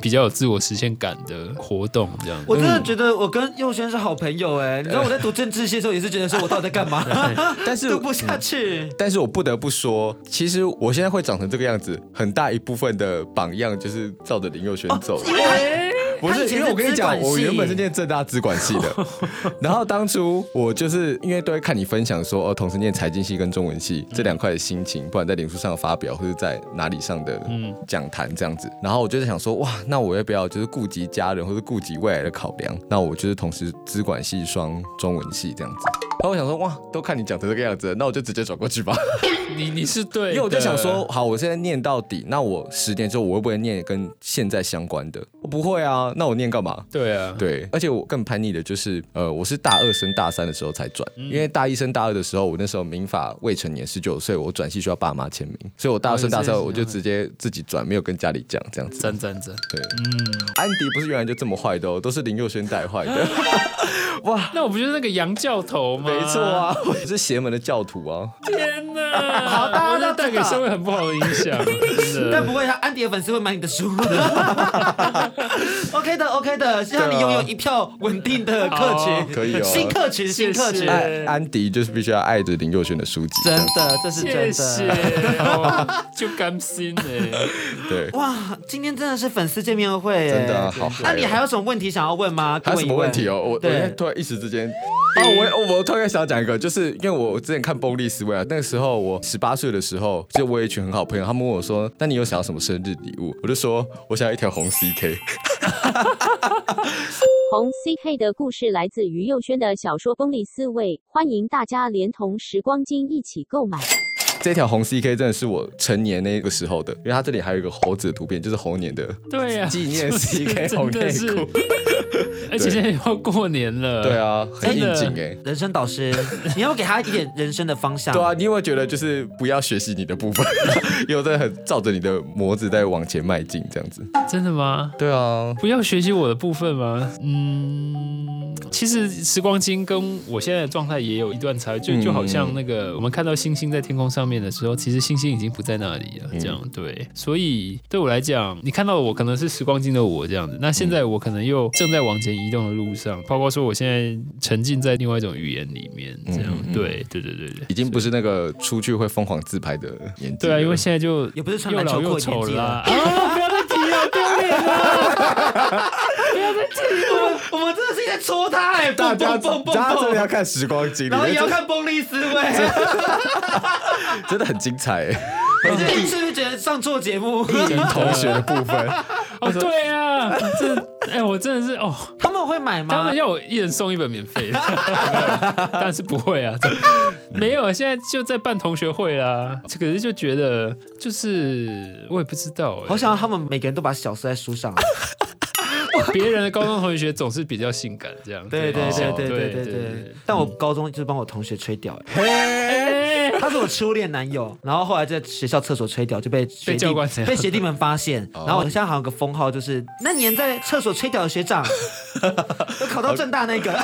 [SPEAKER 5] 比较有自我实现感的活动，这样。
[SPEAKER 3] 我真
[SPEAKER 4] 嗯
[SPEAKER 3] 的觉得我跟佑轩是好朋友哎、你知道我在读政治系的时候也是觉得说我到底在干 嘛，
[SPEAKER 4] 但是
[SPEAKER 3] 读不下去。
[SPEAKER 4] 但是我不得不说，其实我现在会长成这个样子，很大一部分的榜样就是照着林佑轩走。不
[SPEAKER 3] 他以
[SPEAKER 4] 是，
[SPEAKER 3] 前
[SPEAKER 4] 因为
[SPEAKER 3] 是
[SPEAKER 4] 我跟你
[SPEAKER 3] 资
[SPEAKER 4] 讲，
[SPEAKER 3] 管
[SPEAKER 4] 我
[SPEAKER 3] 系
[SPEAKER 4] 原本是念正大资管系的， 然后当初我就是因为都会看你分享说，哦，同时念财经系跟中文系
[SPEAKER 3] 嗯
[SPEAKER 4] 这两块的心情，不管在脸书上的发表，或者在哪里上的讲坛这样子，然后我就在想说，哇，那我要不要就是顾及家人或者顾及未来的考量？那我就是同时资管系双中文系这样子。然后我想说，哇，都看你讲成这个样子了，那我就直接转过去吧。
[SPEAKER 5] 你你是对的，
[SPEAKER 4] 因为我就想说，好，我现在念到底，那我十年之后我会不会念跟现在相关的？我不会啊，那我念干嘛？
[SPEAKER 5] 对啊，
[SPEAKER 4] 对，嗯而且我更叛逆的就是，呃，我是大二升大三的时候才转，因为大一升大二的时候，我那时候民法未成年十九岁，我转系需要爸妈签名，所以我大二升大三
[SPEAKER 5] 哦
[SPEAKER 4] 我就直接自己转，没有跟家里讲这样子。
[SPEAKER 5] 赞赞赞。
[SPEAKER 4] 对，安迪不是原来就这么坏的哦，都是林佑轩带坏的，
[SPEAKER 5] 那我不就是那个洋教头 吗？
[SPEAKER 4] 没错。啊，我是邪门的教徒啊。
[SPEAKER 5] 天哪，
[SPEAKER 3] 好大家
[SPEAKER 5] 我
[SPEAKER 3] 都
[SPEAKER 5] 这带给社会很不好的影响，真
[SPEAKER 3] 但
[SPEAKER 5] 的。
[SPEAKER 3] 不会，他啊安迪的粉丝会买你的书。OK 的，OK 的，希望你
[SPEAKER 4] 对啊
[SPEAKER 3] 拥有一票稳定的客
[SPEAKER 5] 好
[SPEAKER 3] 群，
[SPEAKER 4] 可以哦
[SPEAKER 3] 新客群，新客群
[SPEAKER 5] 谢，谢
[SPEAKER 4] 安安迪就是必须要爱着林佑轩的书籍，这
[SPEAKER 3] 真
[SPEAKER 4] 样
[SPEAKER 3] 的，这是真
[SPEAKER 5] 谢
[SPEAKER 3] 的。
[SPEAKER 5] 谢，哦 就甘心哎。
[SPEAKER 4] 对，
[SPEAKER 3] 哇，今天真的是粉丝见面会耶，
[SPEAKER 4] 真的啊好嗨哦
[SPEAKER 3] 那你还有什么问题想要问吗？
[SPEAKER 4] 还有什么问题哦？我我现在
[SPEAKER 3] 对
[SPEAKER 4] 突然一时之间，啊，我我突然想讲一个，就是因为我之前看《崩利斯维尔》，那个时候我十八岁的时候，就我有一群很好朋友，他们问我说：“那你有想要什么生日礼物？”我就说：“我想要一条红 CK。
[SPEAKER 8] 红 CK 的故事来自于右轩的小说《崩利四位》，欢迎大家连同时光金一起购买。”
[SPEAKER 4] 这条红 CK 真的是我成年那个时候的，因为它这里还有一个猴子的图片，就是猴年的
[SPEAKER 5] 对呀，
[SPEAKER 4] 纪 念
[SPEAKER 5] 就是
[SPEAKER 4] CK 红
[SPEAKER 5] 真的
[SPEAKER 4] 内
[SPEAKER 5] 是 哎
[SPEAKER 4] 裤。
[SPEAKER 5] 而且现在要过年了，
[SPEAKER 4] 对，啊，很应景
[SPEAKER 5] 真
[SPEAKER 4] 哎、
[SPEAKER 3] 人生导师，你要不要给他一点人生的方向。
[SPEAKER 4] 啊对啊，你有没有觉得就是不要学习你的部分？ 又在很照着你的模子在往前迈进，这样子。
[SPEAKER 5] 真的吗？
[SPEAKER 4] 对啊，
[SPEAKER 5] 不要学习我的部分吗？嗯，其实时光机跟我现在的状态也有一段差异，就
[SPEAKER 4] 嗯
[SPEAKER 5] 就好像那个我们看到星星在天空上面的时候，其实星星已经不在那里了，这样对。所以对我来讲，你看到我可能是时光机的我这样子，那现在我可能又正在往前移动的路上，包括说我现在沉浸在另外一种语言里面，这样对对对对对。
[SPEAKER 4] 已经不是那个出去会疯狂自拍的年纪
[SPEAKER 5] 对
[SPEAKER 4] 了。
[SPEAKER 5] 啊，因为现在就
[SPEAKER 3] 也不是穿
[SPEAKER 5] 又
[SPEAKER 3] 篮
[SPEAKER 5] 老
[SPEAKER 3] 球
[SPEAKER 5] 又
[SPEAKER 3] 裤的年
[SPEAKER 5] 丑
[SPEAKER 3] 纪
[SPEAKER 5] 啦
[SPEAKER 3] 了
[SPEAKER 5] 啊！不要再提了，丢脸了。
[SPEAKER 3] 我们真的是在戳他哎、
[SPEAKER 4] 大
[SPEAKER 3] 蹦
[SPEAKER 4] 家
[SPEAKER 3] 蹦蹦
[SPEAKER 4] 大
[SPEAKER 3] 蹦
[SPEAKER 4] 家真的要
[SPEAKER 3] 蹦，
[SPEAKER 4] 看时光机，
[SPEAKER 3] 然后也要
[SPEAKER 4] 真的
[SPEAKER 3] 看崩利斯位。
[SPEAKER 4] 真的很精彩。
[SPEAKER 3] 你最近是不是觉得上错节目？
[SPEAKER 4] 你同学的部分，
[SPEAKER 5] 哦，对啊，这哎、我真的是哦，
[SPEAKER 3] 他们会买吗？
[SPEAKER 5] 他们要我一人送一本 免费的，但是不会啊，这没有，现在就在办同学会啦。可是就觉得，就是我也不知道、欸
[SPEAKER 3] 好想要他们每个人都把小说在书上。 啊
[SPEAKER 5] 别人的高中同学总是比较性感这样。
[SPEAKER 3] 对对对
[SPEAKER 5] 哦
[SPEAKER 3] 对对对对。但我高中就是帮我同学吹掉、哎
[SPEAKER 5] 哎
[SPEAKER 3] 他是我初恋男友，然后后来在学校厕所吹掉，就被学弟
[SPEAKER 5] 教官怎样
[SPEAKER 3] 被学弟们发现。
[SPEAKER 4] 哦
[SPEAKER 3] 然后我现在好像有个封号，就是那年在厕所吹掉的学 长，我考到正大那个。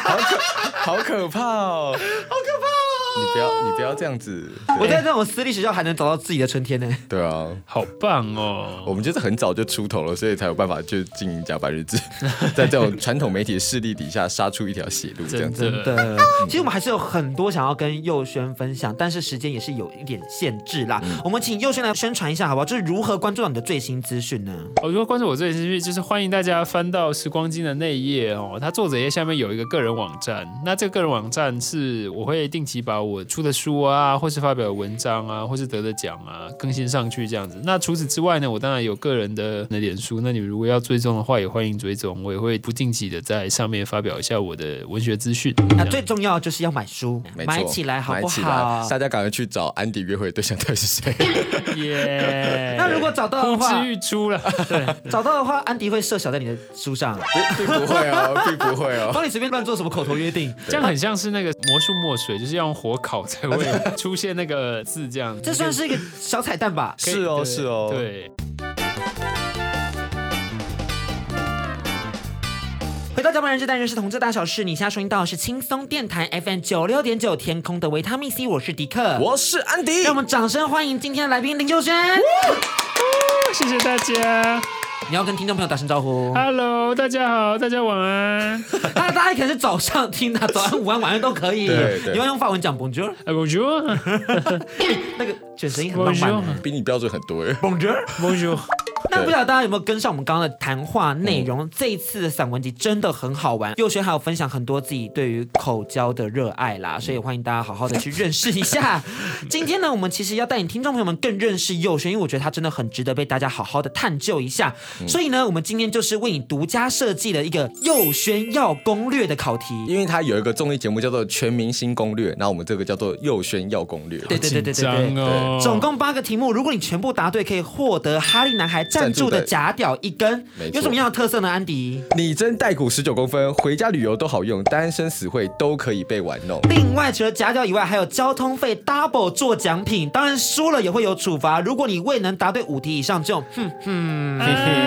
[SPEAKER 4] 好可怕哦，好可怕哦！你不要，你不要这样子。
[SPEAKER 3] 我在那种私立学校还能找到自己的春天呢、
[SPEAKER 4] 对啊，
[SPEAKER 5] 好棒哦！
[SPEAKER 4] 我们就是很早就出头了，所以才有办法去经营假白日 子，在这种传统媒体的势力底下杀出一条血路，这样子。
[SPEAKER 5] 真的，
[SPEAKER 3] 的，其实我们还是有很多想要跟佑轩分享，但是时间也是有一点限制啦。
[SPEAKER 4] 嗯
[SPEAKER 3] 我们请佑轩来宣传一下，好不好？就是如何关注到你的最新资讯呢？
[SPEAKER 4] 嗯
[SPEAKER 5] 我哦如果关注我最新剧，就是欢迎大家翻到时光机的内页哦，它作者页下面有一个个人网站。那这个个人网站是我会定期把我出的书啊，或是发表的文章啊，或是得的奖啊更新上去这样子。那除此之外呢，我当然有个人的那脸书，那你们如果要追踪的话，也欢迎追踪，我也会不定期的在上面发表一下我的文学资讯。
[SPEAKER 3] 那最重要就是要买书，
[SPEAKER 4] 没错
[SPEAKER 3] 买起来好不
[SPEAKER 4] 买起
[SPEAKER 3] 好
[SPEAKER 4] 来？大家赶快去找安迪约会的对象到底是 谁？
[SPEAKER 5] 耶！
[SPEAKER 3] 那如果找到的
[SPEAKER 5] 呼
[SPEAKER 3] 话
[SPEAKER 5] 之，欲出了，对，
[SPEAKER 3] 找到的话，安迪会设小在你的书上，
[SPEAKER 4] 并不会哦，并不会哦。
[SPEAKER 3] 帮你随便乱做什么口头约 定。
[SPEAKER 5] 这样很像是那个魔术墨水，就是要用火烤才会出现那个字这样。
[SPEAKER 3] 啊这算是一个小彩蛋 吧？
[SPEAKER 5] 可以
[SPEAKER 4] 是哦，
[SPEAKER 5] 对
[SPEAKER 4] 是哦。，
[SPEAKER 5] 对，
[SPEAKER 3] 回到《甲板人这单人是同志大小事》，你现在收听到的是轻松电台 FM 九六点九天空的维他命 C，我是迪克。
[SPEAKER 4] 我是安迪
[SPEAKER 3] 让。我们掌声欢迎今天的来宾林佑轩。
[SPEAKER 5] 谢谢大家。
[SPEAKER 3] 你要跟听众朋友打声招呼。
[SPEAKER 5] Hello，大家好，大家晚安。
[SPEAKER 3] 那大家可能是早上听的，早安、午安、晚安都可以。
[SPEAKER 4] 对对
[SPEAKER 3] 你要用法文讲 Bonjour，
[SPEAKER 5] 哎，Bonjour，Bonjour，
[SPEAKER 3] 那个卷舌音很浪漫欸。
[SPEAKER 4] 比你标准很多耶
[SPEAKER 3] Bonjour。
[SPEAKER 5] Bonjour
[SPEAKER 3] 那不晓得大家有没有跟上我们刚刚的谈话内容？这一次的散文集真的很好玩，佑轩还有分享很多自己对于口交的热爱啦，所以欢迎大家好好的去认识一下。今天呢，我们其实要带领听众朋友们更认识佑轩，因为我觉得他真的很值得被大家好好的探究一下。所以呢，我们今天就是为你独家设计了一个佑轩要攻略的考题。
[SPEAKER 4] 因为他有一个综艺节目叫做《全明星攻略》，那我们这个叫做《佑轩要攻略》。
[SPEAKER 3] 对对对对对对
[SPEAKER 5] 张。哦，
[SPEAKER 3] 总共八个题目，如果你全部答对，可以获得哈利男孩赞助的假屌一根
[SPEAKER 4] 没。错
[SPEAKER 3] 有什么样的特色呢？安迪？
[SPEAKER 4] 拟真带骨十九公分，回家旅游都好用，单身死会都可以被玩弄。
[SPEAKER 3] 另外，除了假屌以外，还有交通费 double 做奖品。当然，输了也会有处罚。如果你未能答对五题以上，就哼，
[SPEAKER 5] 啊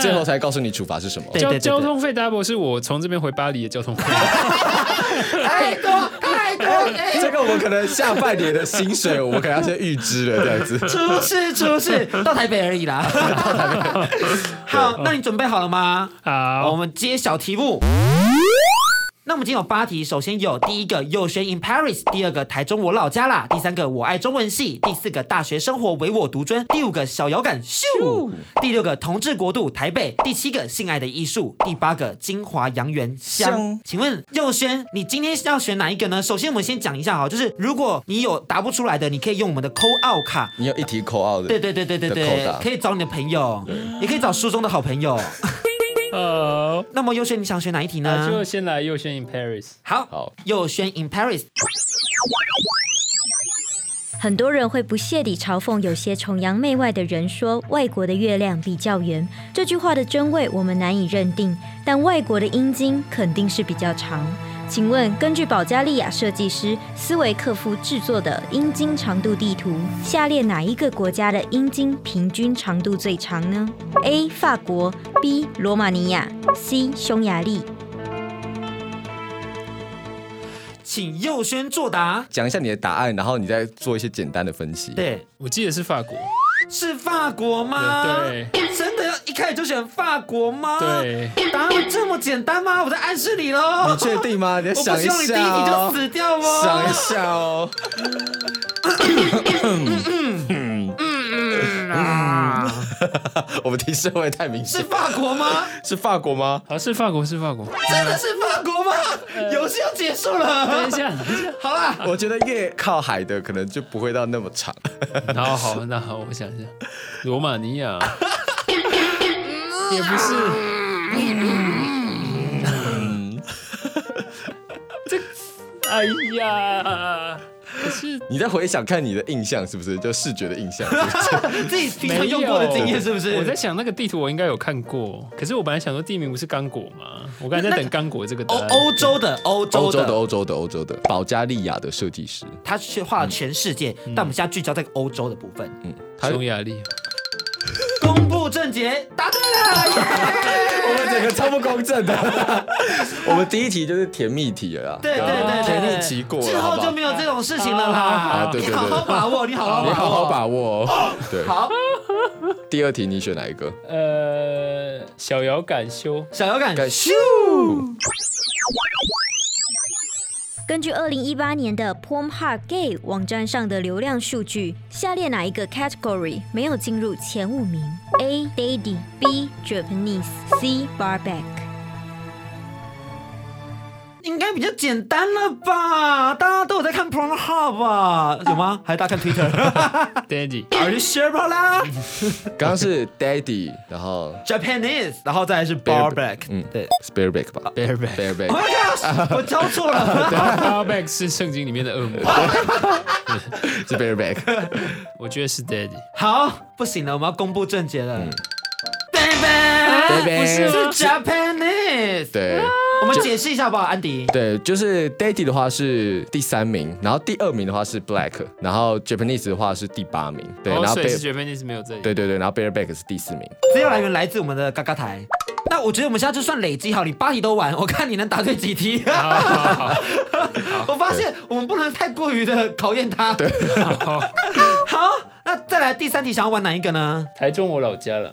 [SPEAKER 4] 最后才告诉你处罚是什么。
[SPEAKER 3] 对
[SPEAKER 5] 交交通费 double 是我从这边回巴黎的交通费，
[SPEAKER 3] 太多太多，哎
[SPEAKER 4] 这个我们可能下半年的薪水，我们可能要先预支了，这样 子。
[SPEAKER 3] 出事出事，到台北而已啦。 好，那你准备好了吗？好，我
[SPEAKER 5] 好，
[SPEAKER 3] 们揭晓题目。那我们今天有八题，首先有第一个右轩 in Paris，第二个台中我老家啦，第三个我爱中文系，第四个大学生活唯我独尊，第五个小遥感咻，第六个同志国度台北，第七个性爱的艺术，第八个金华洋园香
[SPEAKER 4] 香。
[SPEAKER 3] 请问右轩，你今天是要选哪一个呢？首先我们先讲一下哈，就是如果你有答不出来的，你可以用我们的扣 out 卡。
[SPEAKER 4] 你有一题扣二的，
[SPEAKER 3] 对对对对对
[SPEAKER 4] 的
[SPEAKER 3] 对
[SPEAKER 4] 扣打，
[SPEAKER 3] 可以找你的朋友，也可以找书中的好朋友。
[SPEAKER 5] 呃，
[SPEAKER 3] 那么右轩，你想选哪一题呢？
[SPEAKER 5] 那啊就先来右轩 in Paris，
[SPEAKER 3] 好，
[SPEAKER 4] 好
[SPEAKER 3] 右轩 in Paris，
[SPEAKER 1] 很多人会不屑地嘲讽有些崇洋媚外的人说外国的月亮比较圆，这句话的真伪我们难以认定，但外国的阴茎肯定是比较长。请问，根据保加利亚设计师斯维克夫制作的阴茎长度地图，下列哪一个国家的阴茎平均长度最长呢？A. 法国 B. 罗马尼亚 C. 匈牙利。
[SPEAKER 3] 请右轩作答。
[SPEAKER 4] 讲一下你的答案，然后你再做一些简单的分析。，
[SPEAKER 3] 对，
[SPEAKER 5] 我记得是法国，
[SPEAKER 3] 是法国吗？
[SPEAKER 5] 对，
[SPEAKER 3] 真的要一开始就选法国吗？，
[SPEAKER 5] 对，
[SPEAKER 3] 答案这么简单吗？我在暗示你
[SPEAKER 4] 你
[SPEAKER 3] 喽。
[SPEAKER 4] 确定吗？你再
[SPEAKER 3] 我
[SPEAKER 4] 想
[SPEAKER 3] 不
[SPEAKER 4] 一
[SPEAKER 3] 希望你第一
[SPEAKER 4] 下
[SPEAKER 3] 题就
[SPEAKER 4] 哦，
[SPEAKER 3] 死掉
[SPEAKER 4] 想一
[SPEAKER 3] 哦。
[SPEAKER 4] 下哦。 我们提示会不会太明
[SPEAKER 3] 是
[SPEAKER 4] 显？
[SPEAKER 3] 法国吗？
[SPEAKER 4] 是法国吗？
[SPEAKER 5] 好是法国，是法国。
[SPEAKER 3] 真的是法国吗？游戏要结束
[SPEAKER 5] 呃等
[SPEAKER 3] 了
[SPEAKER 5] 一。下，
[SPEAKER 3] 好啦，
[SPEAKER 4] 我觉得越靠海的可能就不会到那么长。
[SPEAKER 5] 然后 好，那好，我想一下，罗马尼亚 也不是，嗯 这哎呀，可是
[SPEAKER 4] 你再回想看你的印象是不是？就视觉的印象，
[SPEAKER 3] 自己平
[SPEAKER 5] 没
[SPEAKER 3] 常
[SPEAKER 5] 有
[SPEAKER 3] 用过的经验是不是？
[SPEAKER 5] 我在想那个地图我应该有看过，可是我本来想说地名不是刚果吗？我刚才在等刚果这个答
[SPEAKER 3] 欧
[SPEAKER 5] 案。
[SPEAKER 3] 欧洲的欧
[SPEAKER 4] 欧
[SPEAKER 3] 洲
[SPEAKER 4] 洲的、
[SPEAKER 3] 的，
[SPEAKER 4] 欧洲的、欧洲的，保加利亚的设计师，
[SPEAKER 3] 他去画了全世界，但我们现在聚焦在欧洲的部分。
[SPEAKER 4] 嗯，他
[SPEAKER 5] 匈牙利，
[SPEAKER 3] 公布正解，答对了。
[SPEAKER 4] 我们整个超不公正的。 我们第一题就是甜蜜题了啦，啊
[SPEAKER 3] 对对对对
[SPEAKER 4] 甜蜜期过
[SPEAKER 3] 之
[SPEAKER 4] 了，好
[SPEAKER 3] 后
[SPEAKER 4] 不
[SPEAKER 3] 就
[SPEAKER 4] 好？
[SPEAKER 3] 没有这种事情了
[SPEAKER 4] 啊
[SPEAKER 3] 啦。
[SPEAKER 4] 对对
[SPEAKER 3] 你
[SPEAKER 4] 对
[SPEAKER 3] 好好把握，你好好把
[SPEAKER 4] 你
[SPEAKER 3] 握，
[SPEAKER 4] 好好把握哦。对，
[SPEAKER 3] 好。
[SPEAKER 4] 第二题你选哪一个？
[SPEAKER 5] 呃，小遥感修，
[SPEAKER 3] 小遥感
[SPEAKER 4] 感
[SPEAKER 3] 咻，
[SPEAKER 1] 根据二零一八年的 Pornhub Gay 网站上的流量数据，下列哪一个 category 没有进入前五名？A. Daddy B. Japanese C. Barback。
[SPEAKER 3] 应该比较简单了吧？大家都有在看 Pornhub 吧？有吗？还是大家看 Twitter？Are
[SPEAKER 5] Daddy，
[SPEAKER 3] you sure 啦
[SPEAKER 4] 刚刚是 Daddy，然后
[SPEAKER 3] ？Japanese，然后再来是 Barback，
[SPEAKER 4] 嗯
[SPEAKER 3] 对。
[SPEAKER 4] Spareback 吧
[SPEAKER 3] Oh
[SPEAKER 5] Bearback
[SPEAKER 4] ，Spareback。
[SPEAKER 3] my gosh！我教错了。
[SPEAKER 5] Bearback 是圣经里面的恶魔，
[SPEAKER 4] 是 Bareback，
[SPEAKER 5] 我觉得是 Daddy。
[SPEAKER 3] 好，不行了，我们要公布正解了。Baby，
[SPEAKER 5] 嗯不是
[SPEAKER 3] 是
[SPEAKER 5] 吗
[SPEAKER 3] Japanese。
[SPEAKER 4] 对
[SPEAKER 3] 我们解释一下吧，安迪。
[SPEAKER 4] 对，就是 Daddy 的话是第三名，然后第二名的话是 Black，然后 Japanese 的话是第八名，对，
[SPEAKER 5] 哦
[SPEAKER 4] 然后
[SPEAKER 5] 所以是
[SPEAKER 4] Bear-
[SPEAKER 5] Japanese 没有这里。
[SPEAKER 4] 对对对，然后 Bareback 是第四名，
[SPEAKER 3] 资料来源来自我们的嘎嘎台。那我觉得我们现在就算累积好，你八题都玩，我看你能答对几题。
[SPEAKER 5] 好好好，
[SPEAKER 3] 我发现我们不能太过于的考验他。对，
[SPEAKER 5] 好
[SPEAKER 3] 好，那再来第三题，想要玩哪一个呢？
[SPEAKER 5] 台中我老家了，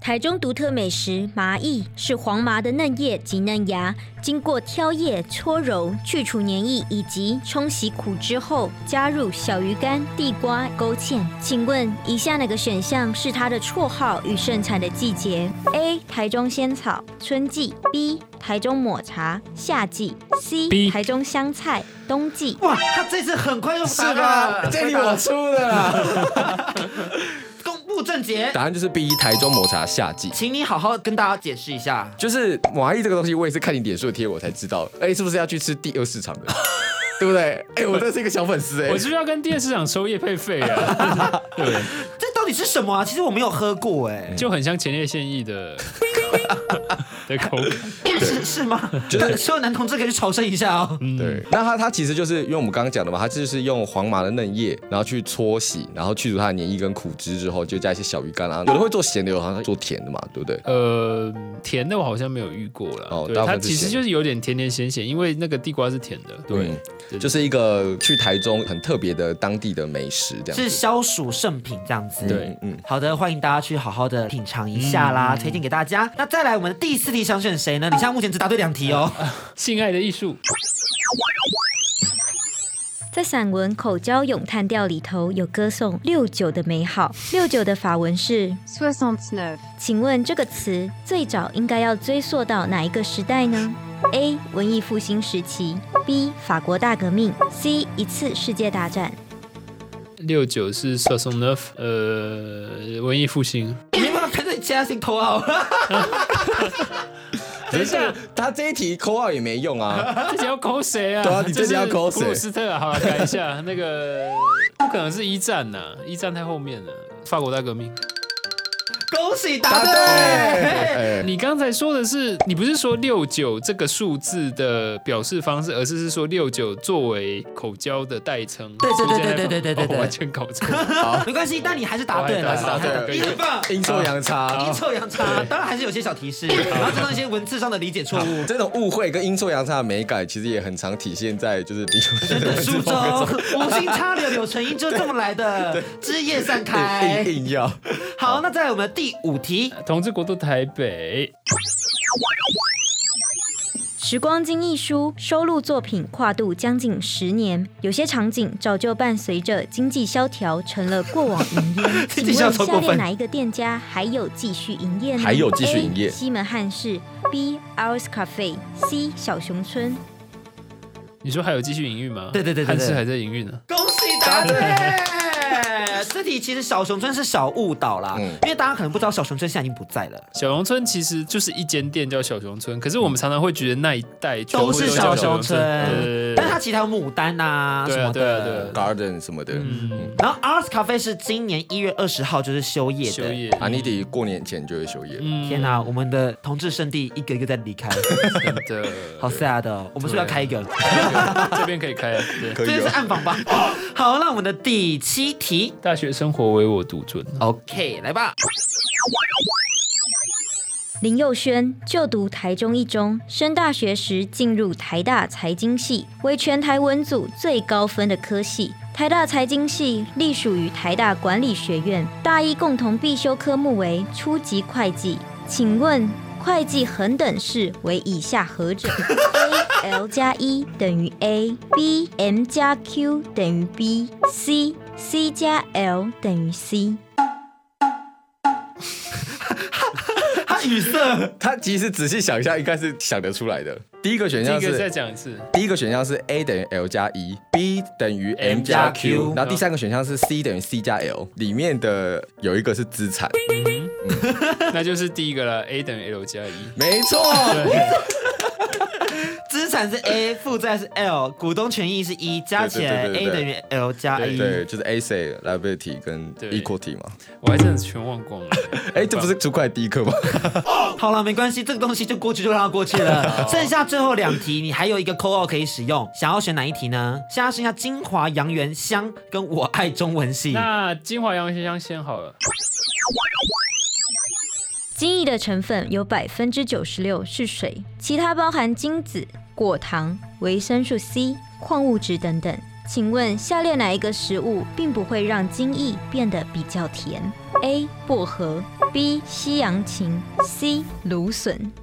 [SPEAKER 1] 台中独特美食麻意是黄麻的嫩叶及嫩芽，经过挑叶、搓揉、去除黏液以及冲洗苦汁后，加入小鱼干、地瓜、勾芡。请问以下哪个选项是它的绰号与盛产的季节？A. 台中仙草，春季；B. 台中抹茶，夏季；C.
[SPEAKER 5] B
[SPEAKER 1] 台中香菜，冬季。
[SPEAKER 3] 哇，他这次很快就答到了，
[SPEAKER 4] 这里我出的啦，
[SPEAKER 3] 公布正解，
[SPEAKER 4] 答案就是 B 台中抹茶夏季。
[SPEAKER 3] 请你好好跟大家解释一下。
[SPEAKER 4] 就是麻艺这个东西，我也是看你脸书的贴我才知道，哎、是不是要去吃第二市场的， 对不对？哎、我真是一个小粉丝哎、
[SPEAKER 5] 我是不是要跟电视场收业配费啊？ 对，
[SPEAKER 3] 这到底是什么啊？其实我没有喝过、哎、
[SPEAKER 5] 就很像前列腺液的的口感。
[SPEAKER 3] 是是吗？
[SPEAKER 4] 就是
[SPEAKER 3] 所有男同志可以去朝圣一下哦。
[SPEAKER 5] 嗯
[SPEAKER 4] 对，那它它其实就是因为我们刚刚讲的嘛，它就是用黄麻的嫩叶，然后去搓洗，然后去除它的黏液跟苦汁之后，就加一些小鱼干
[SPEAKER 5] 嗯
[SPEAKER 4] 啊，有的会做咸的，有的好像做甜的嘛，对不对？
[SPEAKER 5] 呃，甜的我好像没有遇过了。
[SPEAKER 4] 哦
[SPEAKER 5] 对，
[SPEAKER 4] 大部
[SPEAKER 5] 它
[SPEAKER 4] 分是
[SPEAKER 5] 其实
[SPEAKER 4] 咸
[SPEAKER 5] 就是有点甜甜咸咸，因为那个地瓜是甜的。对，
[SPEAKER 4] 嗯，就是一个去台中很特别的当地的美食这样
[SPEAKER 3] 是
[SPEAKER 4] 子。
[SPEAKER 3] 消暑圣品这样子。
[SPEAKER 5] 对嗯
[SPEAKER 4] 嗯，
[SPEAKER 3] 好的，欢迎大家去好好的品尝一下啦，推荐给大家。那再来，我们的第四题想选谁呢？你现在目前只答对两题 哦。
[SPEAKER 5] 性爱的艺术，
[SPEAKER 1] 在散文《口交咏叹调》里头有歌颂六九的美好，六九的法文是
[SPEAKER 9] 69.
[SPEAKER 1] 请问这个词最早应该要追溯到哪一个时代呢？A. 文艺复兴时期，B. 法国大革命，C. 一次世界大战。
[SPEAKER 5] 六九是 s o s o n e u 呃，文艺复兴。
[SPEAKER 3] 你有没有看到其他性口号？
[SPEAKER 4] 等一下，他这一题扣二也没用啊，
[SPEAKER 5] 这己要口谁 啊？
[SPEAKER 4] 对啊你
[SPEAKER 5] 这
[SPEAKER 4] 这
[SPEAKER 5] 己
[SPEAKER 4] 集要抠谁
[SPEAKER 5] 普鲁斯特啊，好了，改一下那个，不可能是一战呐、一战太后面了。法国大革命，
[SPEAKER 3] 恭恭喜 答对。
[SPEAKER 4] 哎
[SPEAKER 5] 你刚才说的是，你不是说六九这个数字的表示方式，而是是说六九作为口交的代称。
[SPEAKER 3] 对对对
[SPEAKER 5] 是这样
[SPEAKER 3] 对对对对对对
[SPEAKER 5] 哦我完全搞 错。
[SPEAKER 3] 没关系，但你还是答对了，
[SPEAKER 5] 我还答对了
[SPEAKER 3] 你很棒。
[SPEAKER 4] 阴错阳差
[SPEAKER 3] 阴。错阳差，当然还是有些小提示，然后加上一些文字上的理解错误。
[SPEAKER 4] 这种误会跟阴错阳差的美感，其实也很常体现在就是离婚
[SPEAKER 3] 的苏 州，五星插柳柳成荫，就这么来的。枝叶散开。
[SPEAKER 4] 硬硬要。
[SPEAKER 3] 嗯好，那在我们第五题，
[SPEAKER 5] 同志国都台北，
[SPEAKER 1] 《时光金一书》收录作品跨度将近十年，有些场景早就伴随着经济萧条成了过往 营业。
[SPEAKER 3] 经
[SPEAKER 1] 请
[SPEAKER 3] 济萧
[SPEAKER 1] 问
[SPEAKER 3] 条过
[SPEAKER 1] 下
[SPEAKER 3] 分
[SPEAKER 1] 列哪一个店家还有继续营业呢？
[SPEAKER 4] 还有继续营业
[SPEAKER 1] A. 西门汉室，B. Hours Cafe，C. 小熊村。
[SPEAKER 5] 你说还有继续营运吗？
[SPEAKER 3] 对对对对对
[SPEAKER 5] 汉室还在营运呢。
[SPEAKER 3] 恭喜答 对。这题其实小熊村是小误导啦，
[SPEAKER 5] 嗯
[SPEAKER 3] 因为大家可能不知道小熊村现在已经不在了。
[SPEAKER 5] 小熊村其实就是一间店叫小熊村，可是我们常常会觉得那一带全部
[SPEAKER 3] 都是
[SPEAKER 5] 叫
[SPEAKER 3] 小
[SPEAKER 5] 熊
[SPEAKER 3] 熊村
[SPEAKER 5] 对对对，
[SPEAKER 3] 但
[SPEAKER 5] 对
[SPEAKER 3] 是它其他有牡丹啊什
[SPEAKER 5] 对啊
[SPEAKER 3] 么
[SPEAKER 5] 对啊对
[SPEAKER 3] 的
[SPEAKER 5] 啊。
[SPEAKER 4] Garden 什么的，
[SPEAKER 5] 嗯，
[SPEAKER 3] 然后 Arts Cafe 是今年一月二十号就是休业
[SPEAKER 5] 休
[SPEAKER 3] 的。
[SPEAKER 5] 业。
[SPEAKER 4] 阿尼迪啊过年前就会休业。
[SPEAKER 5] 嗯
[SPEAKER 3] 天哪、我们的同志圣地一个一个在离 开，
[SPEAKER 5] 真的，
[SPEAKER 3] 好 sad 哦。我们是不是要开一个？
[SPEAKER 5] 啊这边可以开啊。对，
[SPEAKER 4] 可
[SPEAKER 3] 这
[SPEAKER 4] 以
[SPEAKER 3] 是
[SPEAKER 4] 哦。
[SPEAKER 3] 暗访吧？好，那我们的第七题
[SPEAKER 5] 大学生活唯我独尊。
[SPEAKER 3] ，OK，来吧。
[SPEAKER 1] 林佑轩就读台中一中，升大学时进入台大财经系，为全台文组最高分的科系。台大财经系隶属于台大管理学院，大一共同必修科目为初级会计。请问会计恒等式为以下何者？A L 加一等于 A，B M 加 Q 等于 B，C C 加 L 等于 C。
[SPEAKER 3] 他语塞，
[SPEAKER 4] 他其实仔细想一下，应该是想得出来的。第一个选
[SPEAKER 5] 第一
[SPEAKER 4] 项
[SPEAKER 5] 个再
[SPEAKER 4] 是，
[SPEAKER 5] 讲一次，
[SPEAKER 4] 第一个选项是 A 等于 L 加 E，B 等于 M 加 Q，然后第三个选项是 C 等于 C 加 L，里面的有一个是资产，
[SPEAKER 5] 那就是第一个了，A 等于 L 加一。
[SPEAKER 4] 没错。
[SPEAKER 3] 资产是 A，负债是 L，股东权益是一，加起来
[SPEAKER 4] 对
[SPEAKER 3] A
[SPEAKER 4] 对对对
[SPEAKER 3] 等于 L 加
[SPEAKER 5] 对
[SPEAKER 3] E。
[SPEAKER 4] 对，就是 asset liability 跟
[SPEAKER 5] 对
[SPEAKER 4] equity 嘛。
[SPEAKER 5] 我还真的全忘光了。
[SPEAKER 4] 哎，这不是出快第一课吗？
[SPEAKER 3] 好了，没关系，这个东西就过去就让它过去了。剩下最后两题，你还有一个扣二可以使用，想要选哪一题呢？现在剩下金华洋园乡跟我爱中文系。
[SPEAKER 5] 那金华洋香先好了，
[SPEAKER 1] 精益的成分有百分之九十六是水，其他包含精子、果糖、维生素 C、矿物质等等。请问下列哪一个食物并不会让精益变得比较甜？A. 薄荷 B. 西洋芹 C. 芦笋。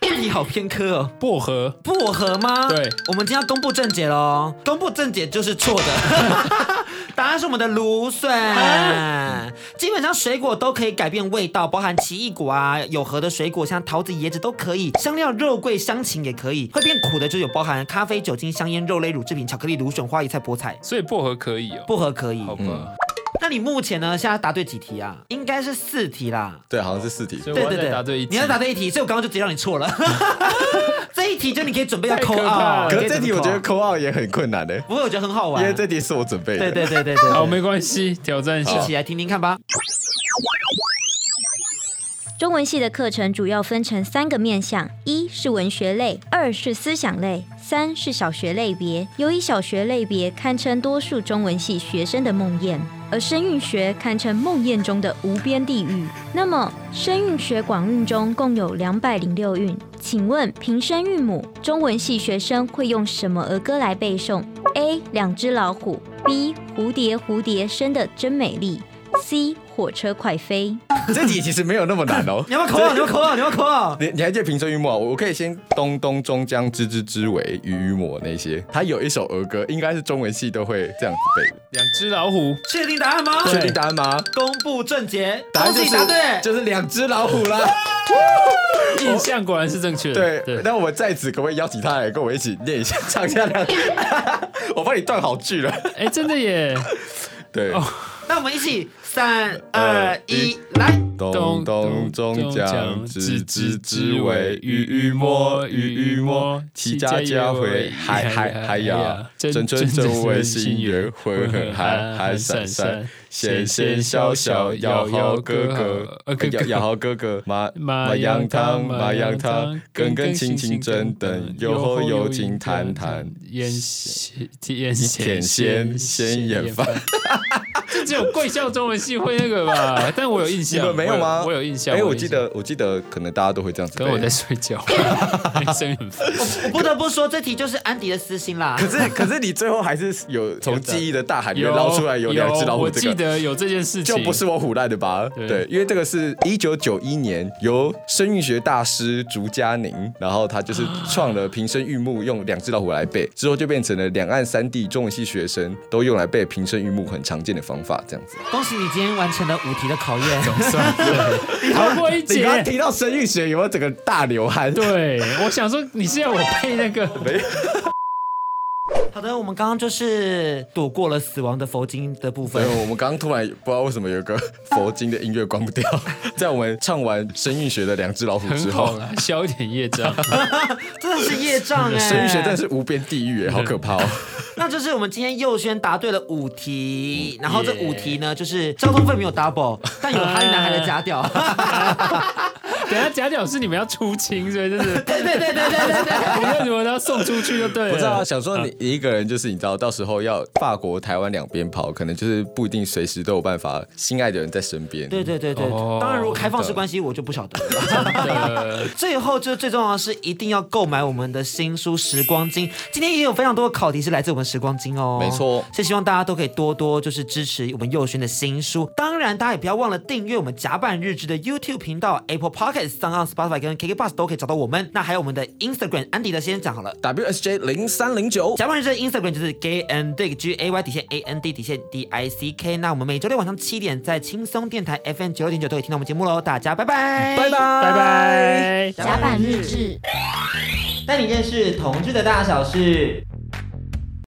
[SPEAKER 3] 这题好偏科哦。
[SPEAKER 5] 薄荷。
[SPEAKER 3] 薄荷吗？
[SPEAKER 5] 对，
[SPEAKER 3] 我们今天要公布正解喽。公布正解就是错 的，答案是我们的芦笋。
[SPEAKER 5] 啊
[SPEAKER 3] 基本上水果都可以改变味道，包含奇异果啊、有核的水果，像桃子、椰子都可以。香料、肉桂、香芹也可以。会变苦的就有包含咖啡、酒精、香烟、肉类、乳制品、巧克力、芦笋、花椰菜、菠菜。
[SPEAKER 5] 所以薄荷可以哦。
[SPEAKER 3] 薄荷可以。
[SPEAKER 5] 好
[SPEAKER 4] 嗯
[SPEAKER 5] 吧，
[SPEAKER 3] 那你目前呢？现在答对几题啊？应该是四题啦。
[SPEAKER 4] 对，好像是四题。
[SPEAKER 5] 所以我
[SPEAKER 3] 对
[SPEAKER 5] 要
[SPEAKER 3] 对
[SPEAKER 5] 再
[SPEAKER 3] 对，
[SPEAKER 5] 答对一题。
[SPEAKER 3] 你要答对一题，所以我刚刚就直接让你 错了。这一题就你可以准备要
[SPEAKER 5] 太可
[SPEAKER 3] 扣
[SPEAKER 5] 怕
[SPEAKER 3] 二，
[SPEAKER 5] 了
[SPEAKER 4] 可
[SPEAKER 3] 你
[SPEAKER 4] 是
[SPEAKER 3] 以
[SPEAKER 4] 这
[SPEAKER 3] 准备
[SPEAKER 4] 题我觉
[SPEAKER 3] call
[SPEAKER 4] 得
[SPEAKER 3] out
[SPEAKER 4] 扣二也很困难的，
[SPEAKER 3] 不过我觉得很好
[SPEAKER 4] 因
[SPEAKER 3] 玩。
[SPEAKER 4] 为这题是我准备
[SPEAKER 3] 对
[SPEAKER 4] 的。
[SPEAKER 3] 对对对对。
[SPEAKER 5] 好，没关系，挑战一下
[SPEAKER 3] 一。起来听听看吧。
[SPEAKER 1] 中文系的课程主要分成三个面向：一是文学类，二是思想类，三是小学类别。由于小学类别堪称多数中文系学生的梦魇，而声韵学堪称梦魇中的无边地狱。那么，声韵学广韵中共有两百零六韵，请问平声韵母，中文系学生会用什么儿歌来背诵？A. 两只老虎，B. 蝴蝶蝴蝶生的真美丽，C. 火车快飞。
[SPEAKER 4] 这题其实没有那么难 哦
[SPEAKER 3] 你。要不要扣二？你要不要扣二？你要不要扣二？
[SPEAKER 4] 你你还记得平生玉墨？我可以先东东中江之之之为鱼与抹那些，他有一首儿歌，应该是中文系都会这样子背的。
[SPEAKER 5] 两只老虎，
[SPEAKER 3] 确定答案吗？
[SPEAKER 4] 确定答案吗？
[SPEAKER 3] 公布正解，
[SPEAKER 4] 答
[SPEAKER 3] 恭
[SPEAKER 4] 案就
[SPEAKER 3] 喜
[SPEAKER 4] 是
[SPEAKER 3] 答对。
[SPEAKER 4] 就是两只老虎啦。
[SPEAKER 5] 印象果然是正确的。
[SPEAKER 4] 哦对，那我们在此可不可以邀请他来跟我一起念一下唱一下两？ 我帮你断好句了。
[SPEAKER 5] 哎，真的耶！
[SPEAKER 4] 对，
[SPEAKER 3] 那我们一起，三
[SPEAKER 4] 呃
[SPEAKER 3] 二
[SPEAKER 4] 一
[SPEAKER 3] 一，来！
[SPEAKER 4] 咚咚中奖，知知知为鱼鱼摸鱼鱼摸，齐家家回嗨嗨嗨呀，真真真为心缘浑浑嗨嗨闪闪，显显小小咬好哥哥，呃咬咬好哥哥，麻 麻羊汤麻羊汤，根根清清真等，有后有情谈谈，
[SPEAKER 5] 烟咸烟
[SPEAKER 4] 舔
[SPEAKER 5] 咸
[SPEAKER 4] 鲜鲜眼 饭。
[SPEAKER 5] 就只有贵校中文系会那个吧？但我有印
[SPEAKER 4] 你
[SPEAKER 5] 象，
[SPEAKER 4] 们没有吗？
[SPEAKER 5] 我有印象，
[SPEAKER 4] 哎，我
[SPEAKER 5] 有印
[SPEAKER 4] 记
[SPEAKER 5] 象，
[SPEAKER 4] 得我记得可能大家都会这样子背。
[SPEAKER 5] 可能我在睡觉， 声音很烦。
[SPEAKER 3] 我不得不说，这题就是安迪的私心啦。
[SPEAKER 4] 可是可是你最后还是有 从记忆的大海里面捞出来有两只老虎，
[SPEAKER 5] 我
[SPEAKER 4] 这
[SPEAKER 5] 记
[SPEAKER 4] 个
[SPEAKER 5] 得有这件事情，
[SPEAKER 4] 就不是我胡乱的吧？
[SPEAKER 5] 对
[SPEAKER 4] 对，因为这个是一九九一年由声韵学大师竹嘉宁，然后他就是创了平声韵目，用两只老虎来背，之后就变成了两岸三地中文系学生都用来背平声韵目很常见的方法，这样子。
[SPEAKER 3] 恭喜你今天完成了五题的考验。
[SPEAKER 5] 算了，逃过一
[SPEAKER 4] 你
[SPEAKER 5] 劫
[SPEAKER 4] 刚。刚提到声韵学，有没有整个大流汗？
[SPEAKER 5] 对，我想说你是要我配那个，
[SPEAKER 3] 好的，我们刚刚就是躲过了死亡的佛经的部
[SPEAKER 4] 所以
[SPEAKER 3] 分。
[SPEAKER 4] 我们刚刚突然不知道为什么有一个佛经的音乐关不掉， 在我们唱完声韵学的两只老虎之
[SPEAKER 5] 很
[SPEAKER 4] 后
[SPEAKER 5] 好，啦，消一点业障。
[SPEAKER 3] 真的是业 障哎、
[SPEAKER 4] 声韵学真的是无边地狱耶，好可怕哦！
[SPEAKER 3] 那就是我们今天佑轩答对了五
[SPEAKER 4] 嗯
[SPEAKER 3] 题，然后这
[SPEAKER 5] Yeah
[SPEAKER 3] 五题呢，就是交通费没有 double，但有哈利男孩的假屌。
[SPEAKER 5] 等一下假屌是你们要出清，所以就是
[SPEAKER 3] 对对对对对对对。
[SPEAKER 5] 我们为什么要送出去就对 了。
[SPEAKER 4] 不是啊，想说你你一个人就是你知道，到时候要法国、台湾两边跑，可能就是不一定随时都有办法心爱的人在身边。
[SPEAKER 3] 对对对对，
[SPEAKER 5] 哦
[SPEAKER 3] 当然如果开放式关系，我就不晓得了。
[SPEAKER 5] 呃
[SPEAKER 3] 最后就是最重要的是，一定要购买我们的新书《时光经》。今天也有非常多的考题是来自我们《时光经》哦，
[SPEAKER 4] 没错
[SPEAKER 3] 所以希望大家都可以多多就是支持我们佑轩的新书。当然，大家也不要忘了订阅我们甲板日志的 YouTube 频道、Apple Pocket、s o n Spotify 跟 KK Bus 都可以找到我们。那还有我们的 Instagram，安迪的先讲好了。
[SPEAKER 4] WSJ 零三零
[SPEAKER 2] 哦
[SPEAKER 4] 九，
[SPEAKER 3] 甲板日志的 Instagram 就是 gay and dick g a y 底线 a n d 底线 d i c k。那我们每周六晚上七点在轻松电台 FM 九六点九都可以听到我们节目喽，大家拜拜，
[SPEAKER 4] 拜拜。
[SPEAKER 5] 拜拜。
[SPEAKER 1] 甲板日志。
[SPEAKER 2] 带你认识同志的大小事。